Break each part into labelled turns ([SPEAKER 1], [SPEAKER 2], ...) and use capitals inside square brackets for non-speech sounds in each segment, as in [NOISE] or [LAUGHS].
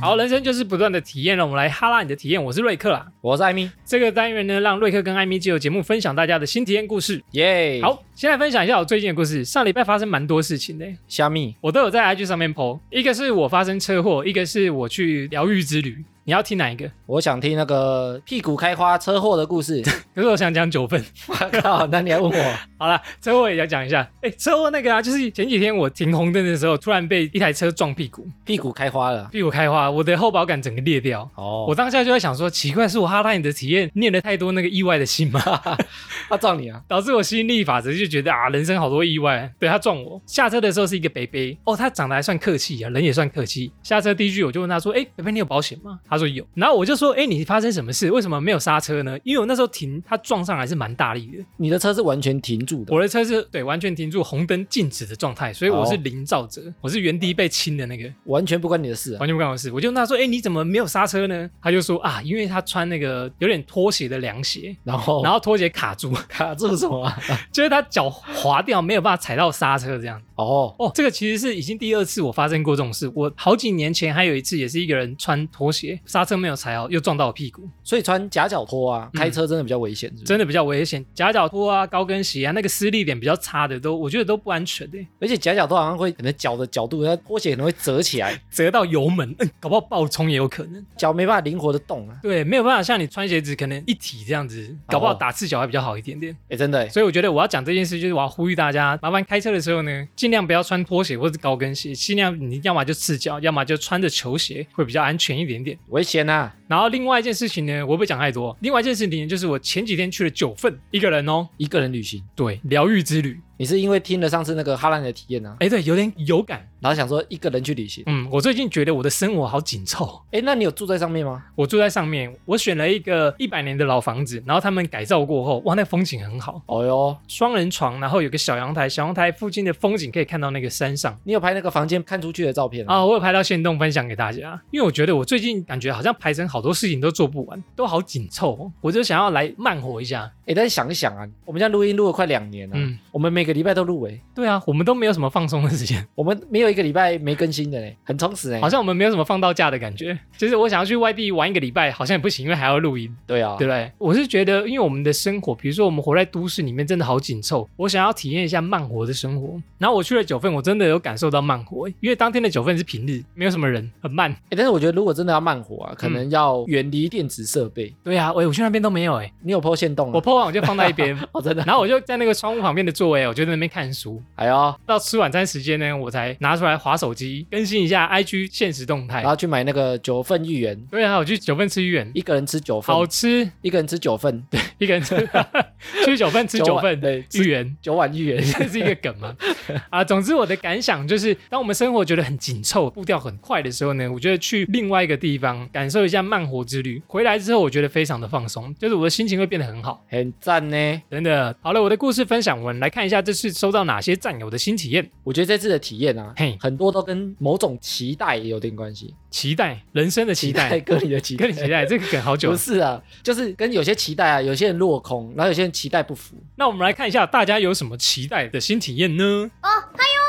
[SPEAKER 1] 好，人生就是不断的体验了。我们来哈拉你的体验，我是瑞克啦。
[SPEAKER 2] 我是艾米，
[SPEAKER 1] 这个单元呢，让瑞克跟艾米借由节目分享大家的新体验故事。
[SPEAKER 2] 耶、
[SPEAKER 1] 好，先来分享一下我最近的故事。上礼拜发生蛮多事情的，
[SPEAKER 2] 虾米，
[SPEAKER 1] 我都有在 IG 上面 PO。一个是我发生车祸，一个是我去疗愈之旅。你要听哪一个？
[SPEAKER 2] 我想听那个屁股开花车祸的故事。 [LAUGHS]
[SPEAKER 1] 可是我想讲九份。 [LAUGHS]
[SPEAKER 2] 我靠，那你还问我？
[SPEAKER 1] 好了，车祸也要讲一下。哎，车祸那个啊，就是前几天我停红灯的时候，突然被一台车撞屁股，
[SPEAKER 2] [LAUGHS] 屁股开花了？
[SPEAKER 1] 屁股开花，我的后保杆整个裂掉。
[SPEAKER 2] 哦，
[SPEAKER 1] 我当下就在想说，奇怪，是我哈拉你的体验念了太多那个意外的心吗？
[SPEAKER 2] 他撞你啊？
[SPEAKER 1] 导致我吸引力法则就觉得啊，人生好多意外。对他撞我，下车的时候是一个北北，哦，他长得还算客气啊，人也算客气。下车第一句我就问他说，哎、北北你有保险吗？他说有。然后我就说，哎、你发生什么事？为什么没有刹车呢？因为我那时候停，他撞上来是蛮大力的，
[SPEAKER 2] 你的车是完全停住的？
[SPEAKER 1] 我的车是对完全停住红灯静止的状态，所以我是
[SPEAKER 2] 哦
[SPEAKER 1] 零照者，我是原地被亲的那个。
[SPEAKER 2] 完全不关你的事啊？
[SPEAKER 1] 完全不干我的事。我就问他说：“哎、你怎么没有刹车呢？”他就说：“啊，因为他穿那个有点拖鞋的凉鞋，
[SPEAKER 2] 然后
[SPEAKER 1] 然后拖鞋卡住， [LAUGHS]
[SPEAKER 2] 卡住什么啊？
[SPEAKER 1] 就是他脚滑掉，没有办法踩到刹车这样。”
[SPEAKER 2] 哦，
[SPEAKER 1] 哦，这个其实是已经第二次我发生过这种事。我好几年前还有一次，也是一个人穿拖鞋，刹车没有踩好，又撞到我屁股，
[SPEAKER 2] 所以穿夹脚拖啊，
[SPEAKER 1] 嗯
[SPEAKER 2] 开车真的比较危险，是不是？
[SPEAKER 1] 真的比较危险。夹脚拖啊、高跟鞋啊，那个施力点比较差的都，我觉得都不安全的、
[SPEAKER 2] 而且夹脚拖好像会可能脚的角度，那拖鞋可能会折起 [LAUGHS] 来，
[SPEAKER 1] 折到油门，嗯，搞不好爆冲也有可能。
[SPEAKER 2] 脚没办法灵活的动啊。
[SPEAKER 1] 对，没有办法像你穿鞋子可能一体这样子，搞不好
[SPEAKER 2] 哦
[SPEAKER 1] 打赤脚还比较好一点点。
[SPEAKER 2] 哎、真的、欸，
[SPEAKER 1] 所以我觉得我要讲这件事，就是我要呼吁大家，麻烦开车的时候呢，尽量不要穿拖鞋或是高跟鞋，尽量你要么就赤脚，要么就穿着球鞋，会比较安全一点点。
[SPEAKER 2] 危险啊！
[SPEAKER 1] 然后另外一件事情呢，我不会讲太多。另外一件事情呢就是我前几天去了九份，一个人哦，
[SPEAKER 2] 一个人旅行，
[SPEAKER 1] 对，疗愈之旅。
[SPEAKER 2] 你是因为听了上次那个哈兰的体验啊，
[SPEAKER 1] 哎，对，有点有感。
[SPEAKER 2] 然后想说一个人去旅行。
[SPEAKER 1] 嗯，我最近觉得我的生活好紧凑。
[SPEAKER 2] 哎、那你有住在上面吗？
[SPEAKER 1] 我住在上面，我选了一个一百年的老房子，然后他们改造过后，哇，那风景很好，
[SPEAKER 2] 哦哟，
[SPEAKER 1] 双人床，然后有个小阳台，小阳台附近的风景可以看到那个山上。
[SPEAKER 2] 你有拍那个房间看出去的照片啊？
[SPEAKER 1] 啊、我有拍到线动分享给大家，因为我觉得我最近感觉好像排成好多事情都做不完，都好紧凑、哦，我就想要来慢活一下。
[SPEAKER 2] 哎、但是想一想啊，我们这样录音录了快两年了、
[SPEAKER 1] 嗯，
[SPEAKER 2] 我们每个礼拜都录诶、
[SPEAKER 1] 对啊，我们都没有什么放松的时间，
[SPEAKER 2] 我们没有一个礼拜没更新的嘞、很充实哎、
[SPEAKER 1] 好像我们没有什么放到假的感觉。就是我想要去外地玩一个礼拜，好像也不行，因为还要录音，
[SPEAKER 2] 对啊，
[SPEAKER 1] 对不对？我是觉得，因为我们的生活，比如说我们活在都市里面，真的好紧凑。我想要体验一下慢活的生活。然后我去了九份，我真的有感受到慢活，欸因为当天的九份是平日，没有什么人，很慢。
[SPEAKER 2] 诶但是我觉得如果真的要慢活
[SPEAKER 1] 嗯
[SPEAKER 2] 啊，可能要远离电子设备。
[SPEAKER 1] 对啊，喂，我去那边都没有哎、
[SPEAKER 2] 你有破线洞
[SPEAKER 1] 我
[SPEAKER 2] 啊？
[SPEAKER 1] 破完我就放在一边，
[SPEAKER 2] 哦，真的。
[SPEAKER 1] 然后我就在那个窗户旁边的座位，我就在那边看书。
[SPEAKER 2] [LAUGHS] 哎呦，
[SPEAKER 1] 到吃晚餐时间呢，我才拿出来划手机，更新一下 IG 现实动态
[SPEAKER 2] 然。后去买那个九份芋圆，
[SPEAKER 1] 对啊，我去九份吃芋圆，
[SPEAKER 2] 啊一个人吃九份，
[SPEAKER 1] 好吃，
[SPEAKER 2] 一个人吃九份，对，
[SPEAKER 1] 一个人吃去九 [LAUGHS] 份吃九
[SPEAKER 2] 碗
[SPEAKER 1] 份
[SPEAKER 2] 对，吃
[SPEAKER 1] 芋圆。
[SPEAKER 2] 九碗芋圆。 [LAUGHS]
[SPEAKER 1] 这是一个梗嘛？啊，总之我的感想就是，当我们生活觉得很紧凑、步调很快的时候呢，我觉得去另外一个地方感受一下慢活之旅，回来之后我觉得非常的放松，就是我的心情会变得很好。
[SPEAKER 2] 很赞呢，
[SPEAKER 1] 真的，好了，我的故事分享完，来看一下这次收到哪些战友的新体验。
[SPEAKER 2] 我觉得这次的体验啊，
[SPEAKER 1] 嘿，
[SPEAKER 2] 很多都跟某种期待也有点关系，
[SPEAKER 1] 期待人生的期待，
[SPEAKER 2] 跟你的期
[SPEAKER 1] 跟
[SPEAKER 2] 待
[SPEAKER 1] 你期 [LAUGHS] 待这个梗好久
[SPEAKER 2] 不
[SPEAKER 1] 了。
[SPEAKER 2] 是啊，就是跟有些期待啊，有些人落空，然后有些人期待不符。
[SPEAKER 1] 那我们来看一下大家有什么期待的新体验呢？哦，嗨哟！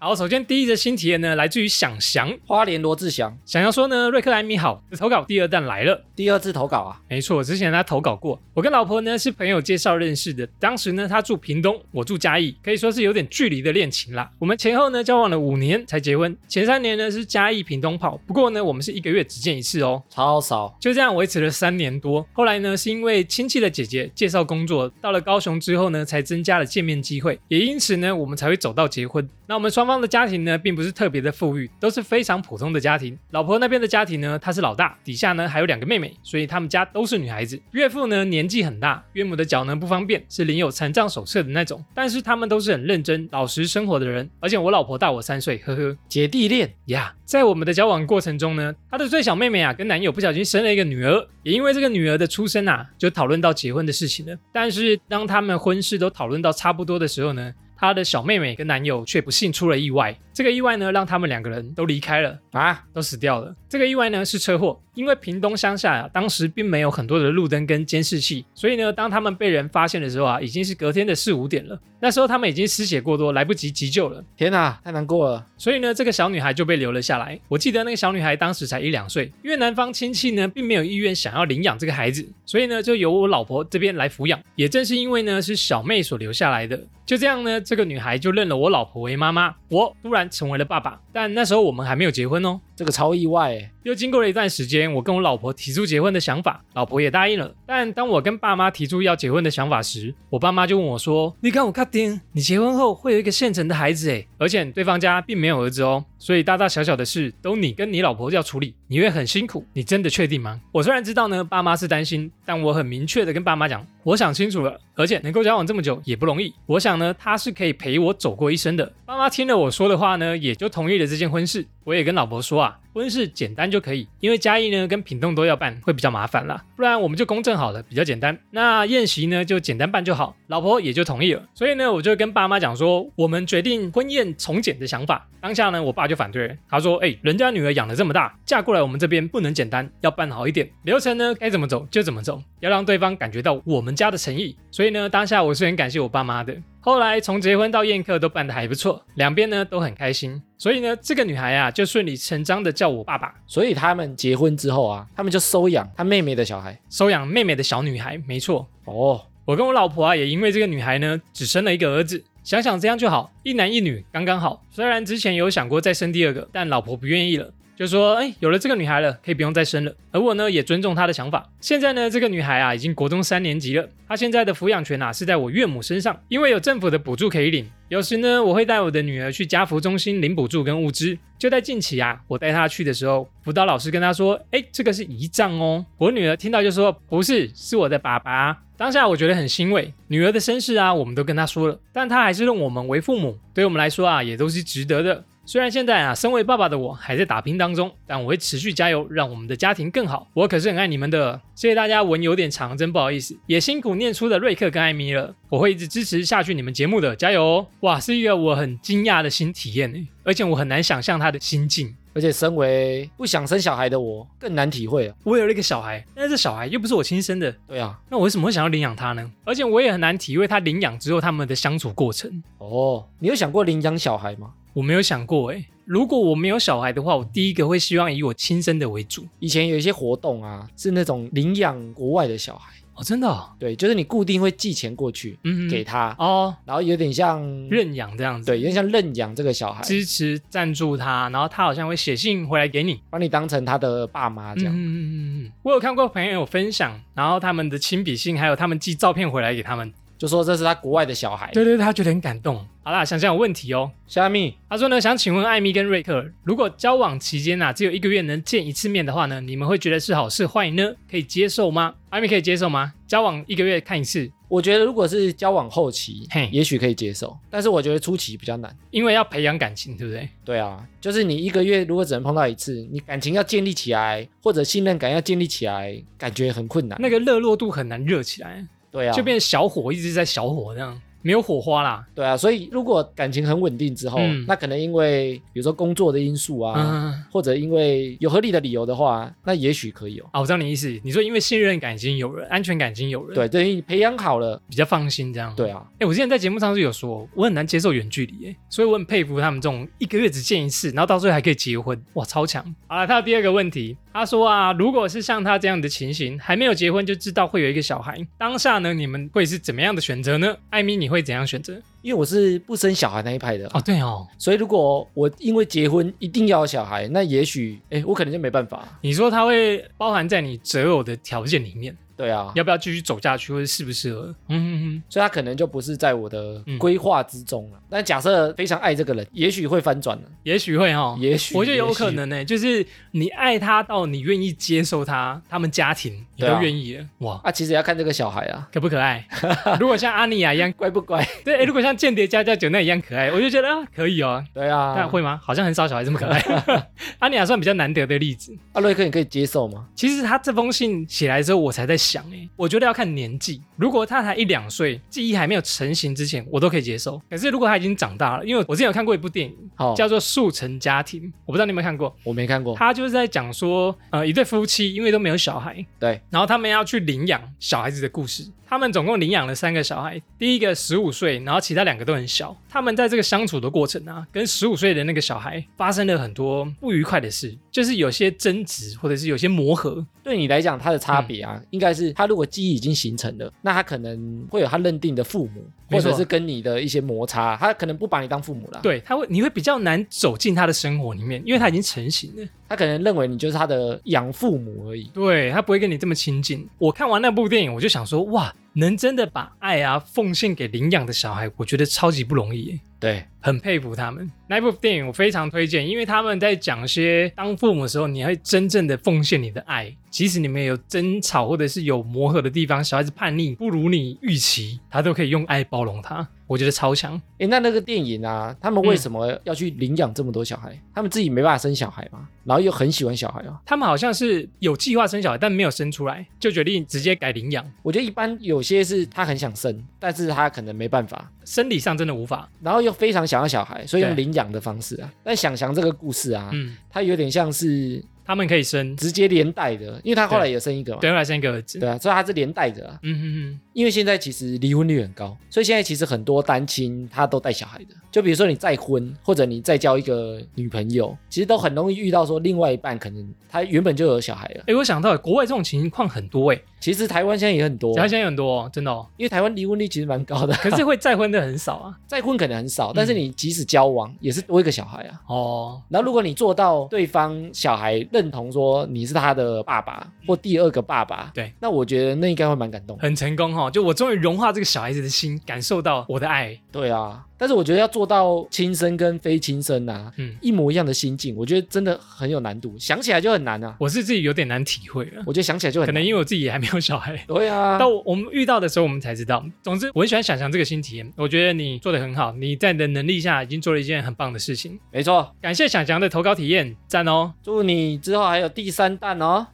[SPEAKER 1] 好，首先第一个新体验呢，来自于想翔。
[SPEAKER 2] 花莲罗志祥
[SPEAKER 1] 想翔说呢，瑞克莱米好，投稿第二弹来了。
[SPEAKER 2] 第二次投稿啊，
[SPEAKER 1] 没错，之前他投稿过。我跟老婆呢是朋友介绍认识的，当时呢她住屏东，我住嘉义，可以说是有点距离的恋情啦。我们前后呢交往了五年才结婚，前三年呢是嘉义屏东跑，不过呢我们是一个月只见一次哦。
[SPEAKER 2] 超少，
[SPEAKER 1] 就这样维持了三年多。后来呢，是因为亲戚的姐姐介绍工作，到了高雄之后呢，才增加了见面机会，也因此呢，我们才会走到结婚。那我们双方的家庭呢，并不是特别的富裕，都是非常普通的家庭。老婆那边的家庭呢，她是老大，底下呢还有两个妹妹，所以他们家都是女孩子。岳父呢年纪很大，岳母的脚呢不方便，是领有残障手册的那种，但是他们都是很认真、老实生活的人。而且我老婆大我三岁，呵呵。
[SPEAKER 2] 姐弟恋，
[SPEAKER 1] 呀在我们的交往过程中呢，她的最小妹妹啊，跟男友不小心生了一个女儿，也因为这个女儿的出生啊，就讨论到结婚的事情了。但是当他们婚事都讨论到差不多的时候呢，她的小妹妹跟男友却不幸出了意外。这个意外呢，让他们两个人都离开了，
[SPEAKER 2] 啊，
[SPEAKER 1] 都死掉了。这个意外呢是车祸，因为屏东乡下啊，当时并没有很多的路灯跟监视器，所以呢，当他们被人发现的时候啊，已经是隔天的四五点了。那时候他们已经失血过多，来不及急救了，
[SPEAKER 2] 天哪，太难过了。
[SPEAKER 1] 所以呢，这个小女孩就被留了下来。我记得那个小女孩当时才一两岁，因为男方亲戚呢并没有意愿想要领养这个孩子，所以呢就由我老婆这边来抚养。也正是因为呢是小妹所留下来的，就这样呢，这个女孩就认了我老婆为妈妈，我突然成为了爸爸。但那时候我们还没有结婚哦。
[SPEAKER 2] 这个超意外欸，
[SPEAKER 1] 又经过了一段时间，我跟我老婆提出结婚的想法，老婆也答应了。但当我跟爸妈提出要结婚的想法时，我爸妈就问我说：“你看我卡丁，你结婚后会有一个现成的孩子诶，欸而且对方家并没有儿子哦，所以大大小小的事都你跟你老婆要处理，你会很辛苦。你真的确定吗？”我虽然知道呢，爸妈是担心，但我很明确的跟爸妈讲，我想清楚了，而且能够交往这么久也不容易。我想呢，他是可以陪我走过一生的。爸妈听了我说的话呢，也就同意了这件婚事。我也跟老婆说啊，婚事简单就可以，因为嘉义呢跟屏东都要办，会比较麻烦啦。不然我们就公证好了，比较简单。那宴席呢就简单办就好，老婆也就同意了。所以呢，我就跟爸妈讲说，我们决定婚宴从简的想法。当下呢，我爸就反对了，他说：“哎、人家女儿养了这么大，嫁过来我们这边不能简单，要办好一点。流程呢该怎么走就怎么走，要让对方感觉到我们家的诚意。”所以呢，当下我是很感谢我爸妈的。后来从结婚到宴客都办得还不错，两边呢都很开心，所以呢，这个女孩啊就顺理成章的叫我爸爸，
[SPEAKER 2] 所以他们结婚之后啊，他们就收养他妹妹的小孩。
[SPEAKER 1] 收养妹妹的小女孩，没错。
[SPEAKER 2] 哦，
[SPEAKER 1] 我跟我老婆啊，也因为这个女孩呢，只生了一个儿子。想想这样就好，一男一女刚刚好。虽然之前有想过再生第二个，但老婆不愿意了，就说：“哎，有了这个女孩了，可以不用再生了。”而我呢，也尊重她的想法。现在呢，这个女孩啊，已经国中三年级了，她现在的抚养权啊，是在我岳母身上，因为有政府的补助可以领。有时呢，我会带我的女儿去家福中心领补助跟物资。就在近期啊，我带她去的时候，辅导老师跟她说：“哎，这个是遗仗哦。”我女儿听到就说：“不是，是我的爸爸。”当下我觉得很欣慰，女儿的身世啊，我们都跟她说了，但她还是认我们为父母，对我们来说啊，也都是值得的。虽然现在啊，身为爸爸的我还在打拼当中，但我会持续加油，让我们的家庭更好。我可是很爱你们的，谢谢大家。文有点长，真不好意思，也辛苦念出的瑞克跟艾米了，我会一直支持下去你们节目的，加油哦！哇，是一个我很惊讶的新体验诶，而且我很难想象他的心境。
[SPEAKER 2] 而且身为不想生小孩的我，更难体会啊。
[SPEAKER 1] 我有了一个小孩，但是这小孩又不是我亲生的，
[SPEAKER 2] 对啊，
[SPEAKER 1] 那我为什么会想要领养他呢？而且我也很难体会他领养之后他们的相处过程。
[SPEAKER 2] 哦，你有想过领养小孩吗？
[SPEAKER 1] 我没有想过诶、哎如果我没有小孩的话，我第一个会希望以我亲生的为主。
[SPEAKER 2] 以前有一些活动啊，是那种领养国外的小孩，
[SPEAKER 1] 哦，真的、哦，
[SPEAKER 2] 对，就是你固定会寄钱过去
[SPEAKER 1] 嗯，
[SPEAKER 2] 给他，
[SPEAKER 1] 哦
[SPEAKER 2] 然后有点像
[SPEAKER 1] 认养这样子，
[SPEAKER 2] 对，有点像认养这个小孩，
[SPEAKER 1] 支持赞助他，然后他好像会写信回来给你。
[SPEAKER 2] 把你当成他的爸妈这
[SPEAKER 1] 嗯
[SPEAKER 2] 样。
[SPEAKER 1] 嗯嗯嗯嗯，我有看过朋友分享，然后他们的亲笔信，还有他们寄照片回来给他们。
[SPEAKER 2] 就说这是他国外的小孩。
[SPEAKER 1] 对对，对他觉得很感动。好啦，想想有问题哦。
[SPEAKER 2] 虾米，
[SPEAKER 1] 他说呢，想请问艾米跟瑞克，如果交往期间啊，只有一个月能见一次面的话呢，你们会觉得是好是坏呢？可以接受吗？艾米可以接受吗？交往一个月看一次，
[SPEAKER 2] 我觉得如果是交往后期
[SPEAKER 1] 嘿，
[SPEAKER 2] 也许可以接受，但是我觉得初期比较难。
[SPEAKER 1] 因为要培养感情，对不对？
[SPEAKER 2] 对啊，就是你一个月如果只能碰到一次，你感情要建立起来，或者信任感要建立起来，感觉很困难。
[SPEAKER 1] 那个热络度很难热起来，
[SPEAKER 2] 对啊，
[SPEAKER 1] 就变小火一直在小火这样，没有火花啦。
[SPEAKER 2] 对啊，所以如果感情很稳定之后，
[SPEAKER 1] 嗯
[SPEAKER 2] 那可能因为比如说工作的因素啊，
[SPEAKER 1] 嗯。
[SPEAKER 2] 或者因为有合理的理由的话，那也许可以哦。
[SPEAKER 1] 啊，我知道你意思，你说因为信任感已经有了，安全感已经有了，
[SPEAKER 2] 对，，等于培养好了，
[SPEAKER 1] 比较放心这样。
[SPEAKER 2] 对啊，
[SPEAKER 1] 哎、我之前在节目上是有说，我很难接受远距离，哎，所以我很佩服他们这种一个月只见一次，然后到最后还可以结婚，哇，超强！好了，他的第二个问题，他说啊，如果是像他这样的情形，还没有结婚就知道会有一个小孩，当下呢，你们会是怎么样的选择呢？艾米，你会怎样选择？
[SPEAKER 2] 因为我是不生小孩那一派的，
[SPEAKER 1] 哦，对哦，
[SPEAKER 2] 所以如果我因为结婚一定要有小孩，那也许哎，诶我可能就没办法。
[SPEAKER 1] 你说他会包含在你择偶的条件里面，
[SPEAKER 2] 对啊，
[SPEAKER 1] 要不要继续走下去，或者适不适合？嗯嗯嗯，
[SPEAKER 2] 所以他可能就不是在我的
[SPEAKER 1] 嗯
[SPEAKER 2] 规划之中了。但假设非常爱这个人，也许会翻转了，啊
[SPEAKER 1] 也许会哦，
[SPEAKER 2] 也许
[SPEAKER 1] 我觉得有可
[SPEAKER 2] 也许
[SPEAKER 1] 能呢、欸就是你爱他到你愿意接受他，他们家庭你
[SPEAKER 2] 对
[SPEAKER 1] 都
[SPEAKER 2] 啊
[SPEAKER 1] 愿意了，哇，
[SPEAKER 2] 啊，其实要看这个小孩啊，
[SPEAKER 1] 可不可爱？ [LAUGHS] 如果像阿尼亚一样， [LAUGHS]
[SPEAKER 2] 乖不乖？ [LAUGHS]
[SPEAKER 1] 对，哎诶如果像间谍家家酒那一样可爱，我就觉得啊，可以哦。
[SPEAKER 2] 对啊，
[SPEAKER 1] 但会吗？好像很少小孩这么可爱。
[SPEAKER 2] [LAUGHS]
[SPEAKER 1] 阿尼亚算比较难得的例子。
[SPEAKER 2] 阿瑞克，你可以接受吗？
[SPEAKER 1] 其实他这封信写来之后，我才在想、欸，哎，我觉得要看年纪。如果他才一两岁，记忆还没有成型之前，我都可以接受。可是如果他已经长大了，因为我之前有看过一部电影，
[SPEAKER 2] 好，
[SPEAKER 1] 叫做《速成家庭》，我不知道你有没有看过。
[SPEAKER 2] 我没看过，
[SPEAKER 1] 他就是在讲说，呃，一对夫妻因为都没有小孩，
[SPEAKER 2] 对，
[SPEAKER 1] 然后他们要去领养小孩子的故事。他们总共领养了三个小孩，第一个十五岁，然后其他两个都很小。他们在这个相处的过程啊，跟十五岁的那个小孩发生了很多不愉快的事，就是有些争执或者是有些磨合。
[SPEAKER 2] 对你来讲，它的差别
[SPEAKER 1] 嗯
[SPEAKER 2] 啊，应该是他如果记忆已经形成了，那他可能会有他认定的父母，
[SPEAKER 1] 没
[SPEAKER 2] 或
[SPEAKER 1] 错
[SPEAKER 2] 者是跟你的一些摩擦，他可能不把你当父母了，，
[SPEAKER 1] 对，他会你会比较难走进他的生活里面，因为他已经成型了。
[SPEAKER 2] 他可能认为你就是他的养父母而已。
[SPEAKER 1] 对他不会跟你这么亲近。我看完那部电影，我就想说，哇，能真的把爱啊奉献给领养的小孩，我觉得超级不容易耶。
[SPEAKER 2] 对，
[SPEAKER 1] 很佩服他们那一部电影，我非常推荐，因为他们在讲一些当父母的时候，你会真正的奉献你的爱，即使你们有争吵或者是有磨合的地方，小孩子叛逆不如你预期，他都可以用爱包容他，我觉得超强。
[SPEAKER 2] 诶，那那个电影啊，他们为
[SPEAKER 1] 嗯
[SPEAKER 2] 什么要去领养这么多小孩？他们自己没办法生小孩嘛，然后又很喜欢小孩啊。
[SPEAKER 1] 他们好像是有计划生小孩，但没有生出来，就决定直接改领养，
[SPEAKER 2] 我觉得一般有些是他很想生，但是他可能没办法，
[SPEAKER 1] 生理上真的无法。
[SPEAKER 2] 然后又非常想要小孩，所以用
[SPEAKER 1] 对
[SPEAKER 2] 领养的方式啊。但想想这个故事啊，
[SPEAKER 1] 嗯，
[SPEAKER 2] 它有点像是
[SPEAKER 1] 他们可以生，
[SPEAKER 2] 直接连带的，因为他后来也生一个嘛，
[SPEAKER 1] 对，后来生一个儿子。
[SPEAKER 2] 对啊，所以他是连带着啊。
[SPEAKER 1] 嗯嗯嗯，
[SPEAKER 2] 因为现在其实离婚率很高，所以现在其实很多单亲他都带小孩的。就比如说你再婚，或者你再交一个女朋友，其实都很容易遇到说另外一半可能他原本就有小孩了。
[SPEAKER 1] 哎，我想到国外这种情况很多哎，
[SPEAKER 2] 其实台湾现在也很多，
[SPEAKER 1] 好像有很多哦，真的哦，
[SPEAKER 2] 因为台湾离婚率其实蛮高的， [LAUGHS]
[SPEAKER 1] 可是会再婚的很少啊。
[SPEAKER 2] 再婚可能很少，但是你即使交往也是多一个小孩啊。
[SPEAKER 1] 哦，
[SPEAKER 2] 然后如果你做到对方小孩认同说你是他的爸爸或第二个爸爸，
[SPEAKER 1] 对，
[SPEAKER 2] 那我觉得那应该会蛮感动的。
[SPEAKER 1] 很成功哈、哦，就我终于融化这个小孩子的心，感受到我的爱。
[SPEAKER 2] 对啊，但是我觉得要做到亲生跟非亲生啊，
[SPEAKER 1] 嗯，
[SPEAKER 2] 一模一样的心境，我觉得真的很有难度，想起来就很难啊。
[SPEAKER 1] 我是自己有点难体会了，
[SPEAKER 2] 我觉得想起来就很
[SPEAKER 1] 可
[SPEAKER 2] 难，
[SPEAKER 1] 能因为我自己也还没有小
[SPEAKER 2] [LAUGHS]
[SPEAKER 1] 孩。
[SPEAKER 2] 对啊，
[SPEAKER 1] 到我我们遇到的时候，我们才知道。总之，我很喜欢想象这个新体验。我觉得你做的很好，你在你的能力下已经做了一件很棒的事情。
[SPEAKER 2] 没错。
[SPEAKER 1] 感谢想翔的投稿体验，赞哦！
[SPEAKER 2] 祝你之后还有第三弹哦。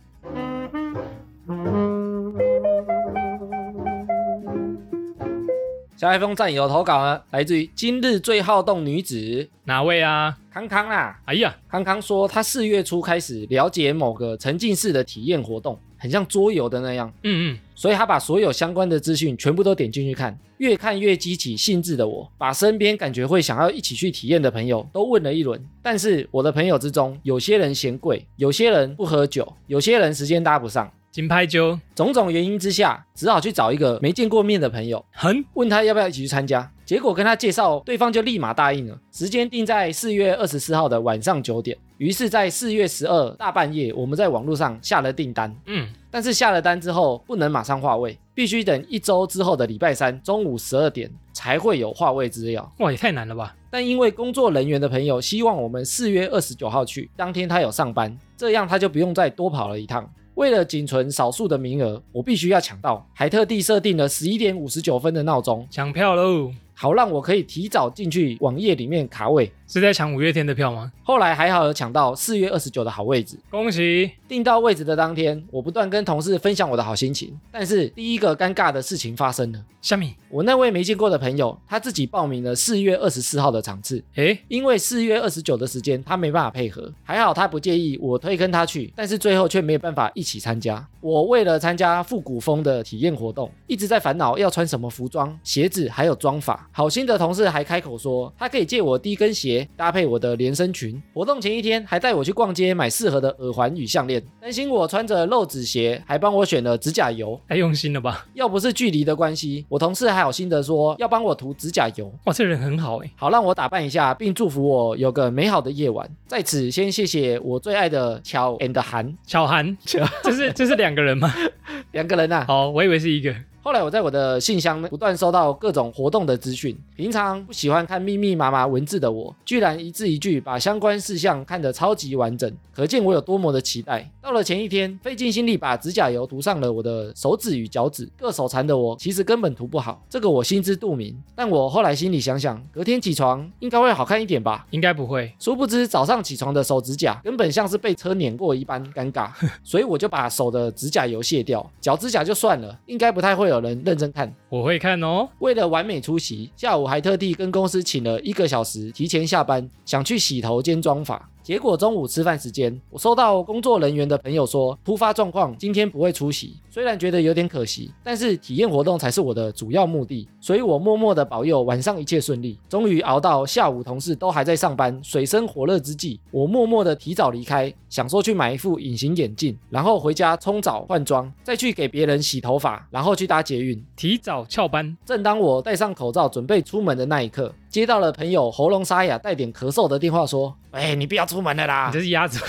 [SPEAKER 2] 小海风战友投稿呢，来自于今日最好动女子
[SPEAKER 1] 哪位啊？
[SPEAKER 2] 康康啦。
[SPEAKER 1] 哎呀，
[SPEAKER 2] 康康说，他四月初开始了解某个沉浸式的体验活动，很像桌游的那样，
[SPEAKER 1] 嗯嗯，
[SPEAKER 2] 所以他把所有相关的资讯全部都点进去看，越看越激起兴致的我，把身边感觉会想要一起去体验的朋友都问了一轮。但是我的朋友之中，有些人嫌贵，有些人不喝酒，有些人时间搭不上，
[SPEAKER 1] 金拍啾，
[SPEAKER 2] 种种原因之下，只好去找一个没见过面的朋友，
[SPEAKER 1] 很
[SPEAKER 2] 问他要不要一起去参加。结果跟他介绍，对方就立马答应了，时间定在四月二十四号的晚上九点。于是，在四月十二大半夜，我们在网络上下了订单。
[SPEAKER 1] 嗯，
[SPEAKER 2] 但是下了单之后不能马上划位，必须等一周之后的礼拜三中午十二点才会有划位资料。
[SPEAKER 1] 哇，也太难了吧？
[SPEAKER 2] 但因为工作人员的朋友希望我们四月二十九号去，当天他有上班，这样他就不用再多跑了一趟。为了仅存少数的名额，我必须要抢到，还特地设定了十一点五十九分的闹钟，
[SPEAKER 1] 抢票喽！
[SPEAKER 2] 好让我可以提早进去网页里面卡位。
[SPEAKER 1] 是在抢五月天的票吗？
[SPEAKER 2] 后来还好有抢到四月二十九的好位置，
[SPEAKER 1] 恭喜！
[SPEAKER 2] 订到位置的当天，我不断跟同事分享我的好心情，但是第一个尴尬的事情发生了。
[SPEAKER 1] 虾米，
[SPEAKER 2] 我那位没见过的朋友，他自己报名了四月二十四号的场次，
[SPEAKER 1] 诶，
[SPEAKER 2] 因为四月二十九的时间他没办法配合。还好他不介意我推跟他去，但是最后却没有办法一起参加。我为了参加复古风的体验活动，一直在烦恼要穿什么服装、鞋子还有妆法。好心的同事还开口说，他可以借我低跟鞋搭配我的连身裙。活动前一天还带我去逛街买适合的耳环与项链，担心我穿着露趾鞋，还帮我选了指甲油。
[SPEAKER 1] 太用心了吧？
[SPEAKER 2] 要不是距离的关系，我同事还好心的说要帮我涂指甲油，
[SPEAKER 1] 哇，这人很好诶。
[SPEAKER 2] 好让我打扮一下，并祝福我有个美好的夜晚。在此先谢谢我最爱的乔 and 韩
[SPEAKER 1] 小韩，这是这是两个人吗？ [LAUGHS]
[SPEAKER 2] 两个人啊。
[SPEAKER 1] 好，我以为是一个。
[SPEAKER 2] 后来我在我的信箱不断收到各种活动的资讯，平常不喜欢看密密麻麻文字的我，居然一字一句把相关事项看得超级完整，可见我有多么的期待。到了前一天，费尽心力把指甲油涂上了我的手指与脚趾，各手残的我其实根本涂不好，这个我心知肚明。但我后来心里想想，隔天起床应该会好看一点吧。
[SPEAKER 1] 应该不会。
[SPEAKER 2] 殊不知，早上起床的手指甲根本像是被车碾 [LAUGHS] 过一般尴尬，所以我就把手的指甲油卸掉，脚指甲就算了，应该不太会有有人认真看。
[SPEAKER 1] 我会看哦。
[SPEAKER 2] 为了完美出席，下午还特地跟公司请了一个小时提前下班，想去洗头兼妆发。结果中午吃饭时间，我收到工作人员的朋友说，突发状况，今天不会出席。虽然觉得有点可惜，但是体验活动才是我的主要目的，所以我默默的保佑晚上一切顺利。终于熬到下午，同事都还在上班，水深火热之际，我默默的提早离开，想说去买一副隐形眼镜，然后回家冲澡换装，再去给别人洗头发，然后去搭捷运。
[SPEAKER 1] 提早翘班，
[SPEAKER 2] 正当我戴上口罩准备出门的那一刻，接到了朋友喉咙沙哑、带点咳嗽的电话，说：“哎、你不要出门了啦
[SPEAKER 1] 你这，是鸭 [LAUGHS] 子，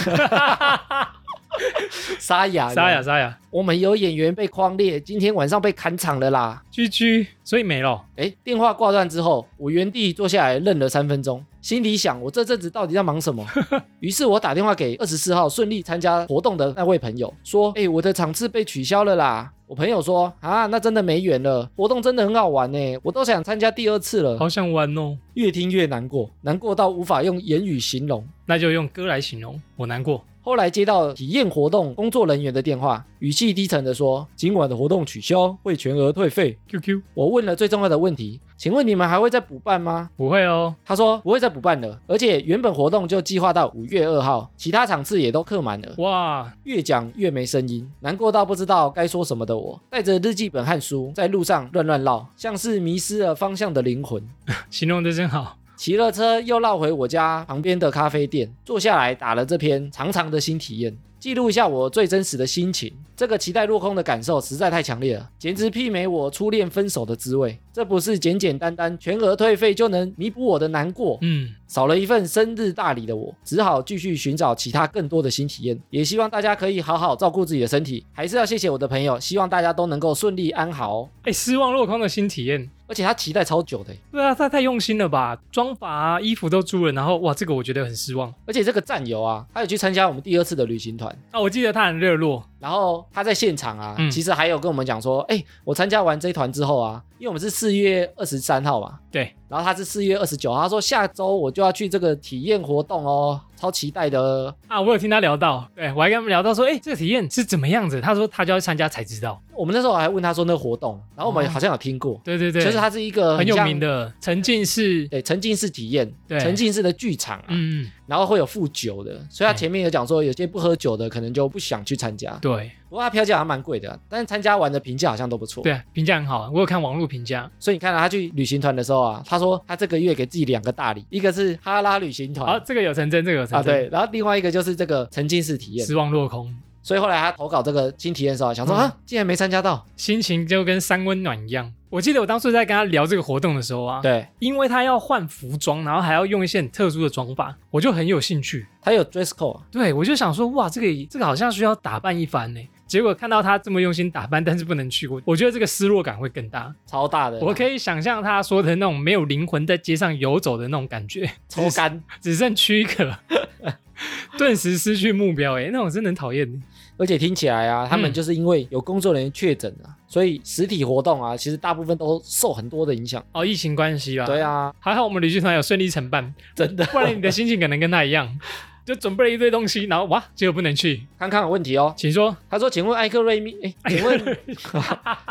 [SPEAKER 2] 沙哑，
[SPEAKER 1] 沙哑，，沙哑，
[SPEAKER 2] 我们有演员被框列，今天晚上被砍场了啦。”
[SPEAKER 1] 居居，所以没了。
[SPEAKER 2] 哎，电话挂断之后，我原地坐下来愣了三分钟，心里想我这阵子到底在忙什么？
[SPEAKER 1] [LAUGHS]
[SPEAKER 2] 于是我打电话给二十四号顺利参加活动的那位朋友，说：“哎，我的场次被取消了啦。”我朋友说：“啊，那真的没缘了，活动真的很好玩呢，我都想参加第二次了。”
[SPEAKER 1] 好想玩哦。
[SPEAKER 2] 越听越难过，难过到无法用言语形容。
[SPEAKER 1] 那就用歌来形容，我难过。
[SPEAKER 2] 后来接到体验活动工作人员的电话，语气低沉地说：“今晚的活动取消，会全额退费。
[SPEAKER 1] QQ ”
[SPEAKER 2] 我问了最重要的问题：“请问你们还会再补办吗
[SPEAKER 1] 不会哦？”，
[SPEAKER 2] 他说：“不会再补办了，而且原本活动就计划到五月二号，其他场次也都客满了。”
[SPEAKER 1] 哇，
[SPEAKER 2] 越讲越没声音，难过到不知道该说什么的我，带着日记本和书在路上乱乱绕，像是迷失了方向的灵魂。
[SPEAKER 1] 形容的真好。
[SPEAKER 2] 骑了车又绕回我家旁边的咖啡店，坐下来打了这篇长长的新体验，记录一下我最真实的心情。这个期待落空的感受实在太强烈了，简直媲美我初恋分手的滋味。这不是简简单单全额退费就能弥补我的难过，
[SPEAKER 1] 嗯，
[SPEAKER 2] 少了一份生日大礼的我，只好继续寻找其他更多的新体验。也希望大家可以好好照顾自己的身体，还是要谢谢我的朋友，希望大家都能够顺利安好哦。
[SPEAKER 1] 哎，失望落空的新体验。
[SPEAKER 2] 而且他期待超久的欸，
[SPEAKER 1] 对啊，他太用心了吧？妆发啊，衣服都租了，然后哇，这个我觉得很失望。
[SPEAKER 2] 而且这个战友啊，他也去参加我们第二次的旅行团。
[SPEAKER 1] 啊，我记得他很热络，
[SPEAKER 2] 然后他在现场啊，
[SPEAKER 1] 嗯
[SPEAKER 2] 其实还有跟我们讲说，哎、我参加完这一团之后啊，因为我们是四月二十三号嘛，
[SPEAKER 1] 对，
[SPEAKER 2] 然后他是四月二十九号，他说下周我就要去这个体验活动哦，超期待的。
[SPEAKER 1] 啊，我有听他聊到，对我还跟他们聊到说，哎，这个体验是怎么样子？他说他就要参加才知道。
[SPEAKER 2] 我们那时候还问他说那个活动，然后我们
[SPEAKER 1] 哦
[SPEAKER 2] 好像有听过，
[SPEAKER 1] 对对对，
[SPEAKER 2] 其实它是一个
[SPEAKER 1] 很有
[SPEAKER 2] 呃像
[SPEAKER 1] 名，的沉浸式，
[SPEAKER 2] 对，沉浸式体验，
[SPEAKER 1] 对
[SPEAKER 2] 沉浸式的剧场啊，
[SPEAKER 1] 嗯，
[SPEAKER 2] 然后会有附酒的，所以他前面有讲说有些不喝酒的可能就不想去参加，
[SPEAKER 1] 对
[SPEAKER 2] 不过他票价还蛮贵的，但是参加完的评价好像都不错。
[SPEAKER 1] 对，啊评价很好，我有看网络评价，
[SPEAKER 2] 所以你看、啊、他去旅行团的时候啊，他说他这个月给自己两个大礼，一个是哈拉旅行团
[SPEAKER 1] 好，这个有成真，这个有成
[SPEAKER 2] 啊，
[SPEAKER 1] 真，
[SPEAKER 2] 对，然后另外一个就是这个沉浸式体验。
[SPEAKER 1] 失望落空，
[SPEAKER 2] 所以后来他投稿这个新体验的时候啊，想说、
[SPEAKER 1] 嗯
[SPEAKER 2] 啊，竟然没参加到，
[SPEAKER 1] 心情就跟三温暖一样。我记得我当初在跟他聊这个活动的时候啊，
[SPEAKER 2] 对
[SPEAKER 1] 因为他要换服装，然后还要用一些很特殊的妆法，我就很有兴趣。
[SPEAKER 2] 他有 dress code，啊
[SPEAKER 1] 对我就想说，哇，这个这个好像需要打扮一番呢。结果看到他这么用心打扮，但是不能去，我我觉得这个失落感会更大。
[SPEAKER 2] 超大的，
[SPEAKER 1] 我可以想象他说的那种没有灵魂在街上游走的那种感觉，
[SPEAKER 2] 抽干，
[SPEAKER 1] 只剩躯壳， [LAUGHS] 顿时失去目标。哎，那种真的很讨厌。
[SPEAKER 2] 而且听起来
[SPEAKER 1] 嗯
[SPEAKER 2] 啊，他们就是因为有工作人员确诊啊，所以实体活动啊，其实大部分都受很多的影响。
[SPEAKER 1] 哦，疫情关系啦。
[SPEAKER 2] 对啊，
[SPEAKER 1] [LAUGHS] 还好我们旅行团有顺利承办，
[SPEAKER 2] 真的，
[SPEAKER 1] 不然你的心情可能跟他一样， [LAUGHS] 就准备了一堆东西，然后哇，结果不能去。
[SPEAKER 2] 康康有问题哦。
[SPEAKER 1] 请说，
[SPEAKER 2] 他说：“请问艾克瑞米，哎，请问， [LAUGHS]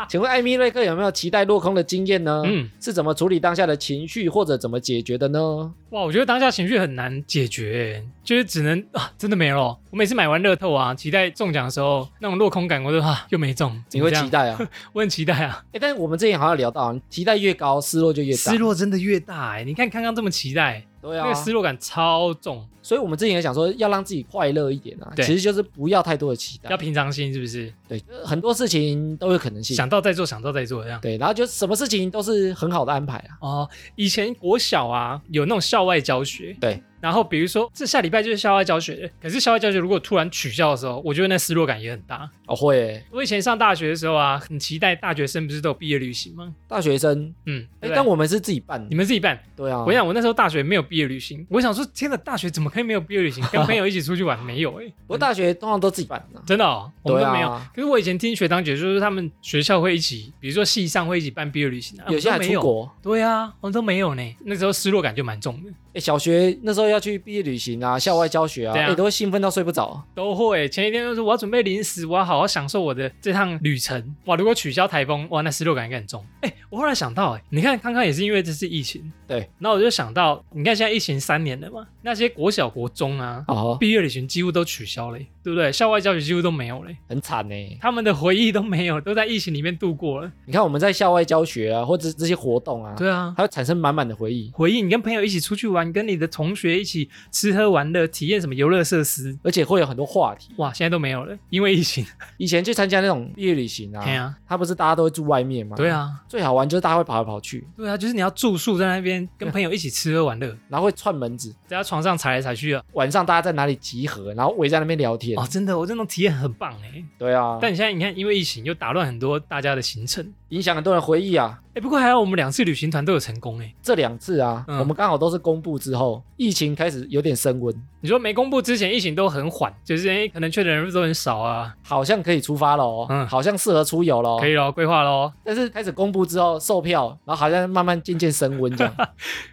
[SPEAKER 2] 请问艾米瑞克有没有期待落空的经验呢？”
[SPEAKER 1] 嗯，
[SPEAKER 2] 是怎么处理当下的情绪，或者怎么解决的呢？
[SPEAKER 1] 哇，我觉得当下情绪很难解决，欸就是只能啊，真的没了哦。我每次买完乐透啊，期待中奖的时候，那种落空感，我都啊又没中。
[SPEAKER 2] 你会
[SPEAKER 1] 怎
[SPEAKER 2] 期
[SPEAKER 1] 么这样？
[SPEAKER 2] 待啊？哎、
[SPEAKER 1] 我很期待啊，
[SPEAKER 2] 但是我们之前好像有聊到，啊期待越高，失落就越大
[SPEAKER 1] 失。落真的越大哎、你看刚刚这么期待，
[SPEAKER 2] 对
[SPEAKER 1] 那
[SPEAKER 2] 啊
[SPEAKER 1] 个，失落感超重，
[SPEAKER 2] 所以我们之前也想说，要让自己快乐一点啊，其
[SPEAKER 1] 对
[SPEAKER 2] 实就是不要太多的期
[SPEAKER 1] 要
[SPEAKER 2] 待。啊
[SPEAKER 1] 平常心是不是？
[SPEAKER 2] 对，就是很多事情都有可能性。
[SPEAKER 1] 想到再做，想到再做这样。
[SPEAKER 2] 对，然后就什么事情都是很好的安排啊。
[SPEAKER 1] 哦，以前国小啊有那种校外教学，
[SPEAKER 2] 对。
[SPEAKER 1] 然后比如说这下礼拜就是校外教学了，可是校外教学如果突然取消的时候，我觉得那失落感也很大。
[SPEAKER 2] 哦，会耶
[SPEAKER 1] 我以前上大学的时候啊，很期待大学生不是都有毕业旅行吗？
[SPEAKER 2] 大学生，
[SPEAKER 1] 嗯，
[SPEAKER 2] 哎、
[SPEAKER 1] 对不对
[SPEAKER 2] 但我们是自己办
[SPEAKER 1] 你，们自己办。
[SPEAKER 2] 对啊，
[SPEAKER 1] 我想我那时候大学没有毕业旅行，我想说天哪，大学怎么可以没有毕业旅行？
[SPEAKER 2] [LAUGHS]
[SPEAKER 1] 跟朋友一起出去玩没有、欸？
[SPEAKER 2] 不过大学通常都自己办啊。
[SPEAKER 1] 真的、哦，我们
[SPEAKER 2] 对
[SPEAKER 1] 都
[SPEAKER 2] 啊
[SPEAKER 1] 没有。可是我以前听学长姐说，就是他们学校会一起，比如说系上会一起办毕业旅行啊，
[SPEAKER 2] 有些还
[SPEAKER 1] 我们都
[SPEAKER 2] 出
[SPEAKER 1] 没有。
[SPEAKER 2] 国，
[SPEAKER 1] 对啊，我们都没有呢。那时候失落感就蛮重的。
[SPEAKER 2] 哎，小学那时候要去毕业旅行啊，校外教学啊，
[SPEAKER 1] 对啊
[SPEAKER 2] 哎，都会兴奋到睡不着。
[SPEAKER 1] 都会。前一天就说我要准备零食，我要好好享受我的这趟旅程。哇，如果取消台风，哇，那失落感应该很重。哎，我后来想到、哎，你看康康也是因为这次疫情，
[SPEAKER 2] 对。
[SPEAKER 1] 那我就想到，你看现在疫情三年了嘛，那些国小、国中啊，
[SPEAKER 2] 哦，
[SPEAKER 1] 毕业旅行几乎都取消了、哎对不对？校外教学几乎都没有了、哎
[SPEAKER 2] 很惨呢。
[SPEAKER 1] 他们的回忆都没有，都在疫情里面度过了。
[SPEAKER 2] 你看我们在校外教学啊，或者这些活动啊，
[SPEAKER 1] 对啊，
[SPEAKER 2] 它会产生满满的回忆，
[SPEAKER 1] 回忆你跟朋友一起出去玩，跟你的同学一起吃喝玩乐，体验什么游乐设施，
[SPEAKER 2] 而且会有很多话题。
[SPEAKER 1] 哇，现在都没有了，因为疫情。
[SPEAKER 2] 以前去参加那种毕业旅行
[SPEAKER 1] 对
[SPEAKER 2] 啊，
[SPEAKER 1] 啊，
[SPEAKER 2] 他不是大家都会住外面吗？
[SPEAKER 1] 对，啊，
[SPEAKER 2] 最好玩就是大家会跑来跑去，
[SPEAKER 1] 对啊，就是你要住宿在那边跟朋友一起吃喝玩乐，
[SPEAKER 2] 然后会串门子，
[SPEAKER 1] 在他床上踩来踩去啊。
[SPEAKER 2] 晚上大家在哪里集合，然后围在那边聊天。
[SPEAKER 1] 哦，真的，我这种体验很棒哎。
[SPEAKER 2] 对啊，
[SPEAKER 1] 但你现在你看，因为疫情又打乱很多大家的行程。
[SPEAKER 2] 影响很多人回忆啊。
[SPEAKER 1] 哎，不过还好我们两次旅行团都有成功哎。
[SPEAKER 2] 这两次啊，
[SPEAKER 1] 嗯
[SPEAKER 2] 我们刚好都是公布之后，疫情开始有点升温，
[SPEAKER 1] 你说没公布之前，疫情都很缓，就是哎，可能确诊人数都很少啊，
[SPEAKER 2] 好像可以出发了哦，
[SPEAKER 1] 嗯
[SPEAKER 2] 好像适合出游了哦
[SPEAKER 1] 可。以咯，规划咯。
[SPEAKER 2] 但是开始公布之后售票，然后好像慢慢渐渐升温
[SPEAKER 1] [LAUGHS]
[SPEAKER 2] 这样。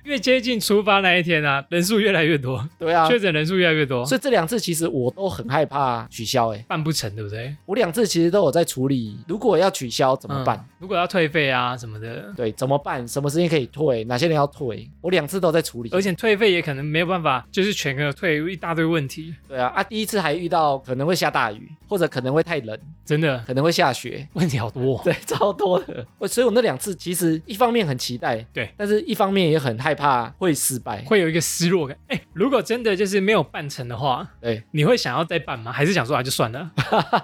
[SPEAKER 1] 越接近出发那一天啊，人数越来越多，
[SPEAKER 2] 对啊，
[SPEAKER 1] 确诊人数越来越多，
[SPEAKER 2] 所以这两次其实我都很害怕取消、欸，
[SPEAKER 1] 办不成，对不对？
[SPEAKER 2] 我两次其实都有在处理，如果要取消怎么办？
[SPEAKER 1] 嗯如果要退费啊什么的，
[SPEAKER 2] 对，怎么办？什么时间可以退？哪些人要退？我两次都在处理。
[SPEAKER 1] 而且退费也可能没有办法，就是全额退一大堆问题，
[SPEAKER 2] 对啊，啊，第一次还遇到可能会下大雨，或者可能会太冷，
[SPEAKER 1] 真的
[SPEAKER 2] 可能会下雪， [LAUGHS]
[SPEAKER 1] 问题好多哦。
[SPEAKER 2] 对，超多的。我所以，我那两次其实一方面很期待，
[SPEAKER 1] 对，
[SPEAKER 2] 但是一方面也很害怕会失败。
[SPEAKER 1] 会有一个失落感。哎，如果真的就是没有办成的话，
[SPEAKER 2] 对，
[SPEAKER 1] 你会想要再办吗？还是想说啊就算
[SPEAKER 2] [LAUGHS]
[SPEAKER 1] 了？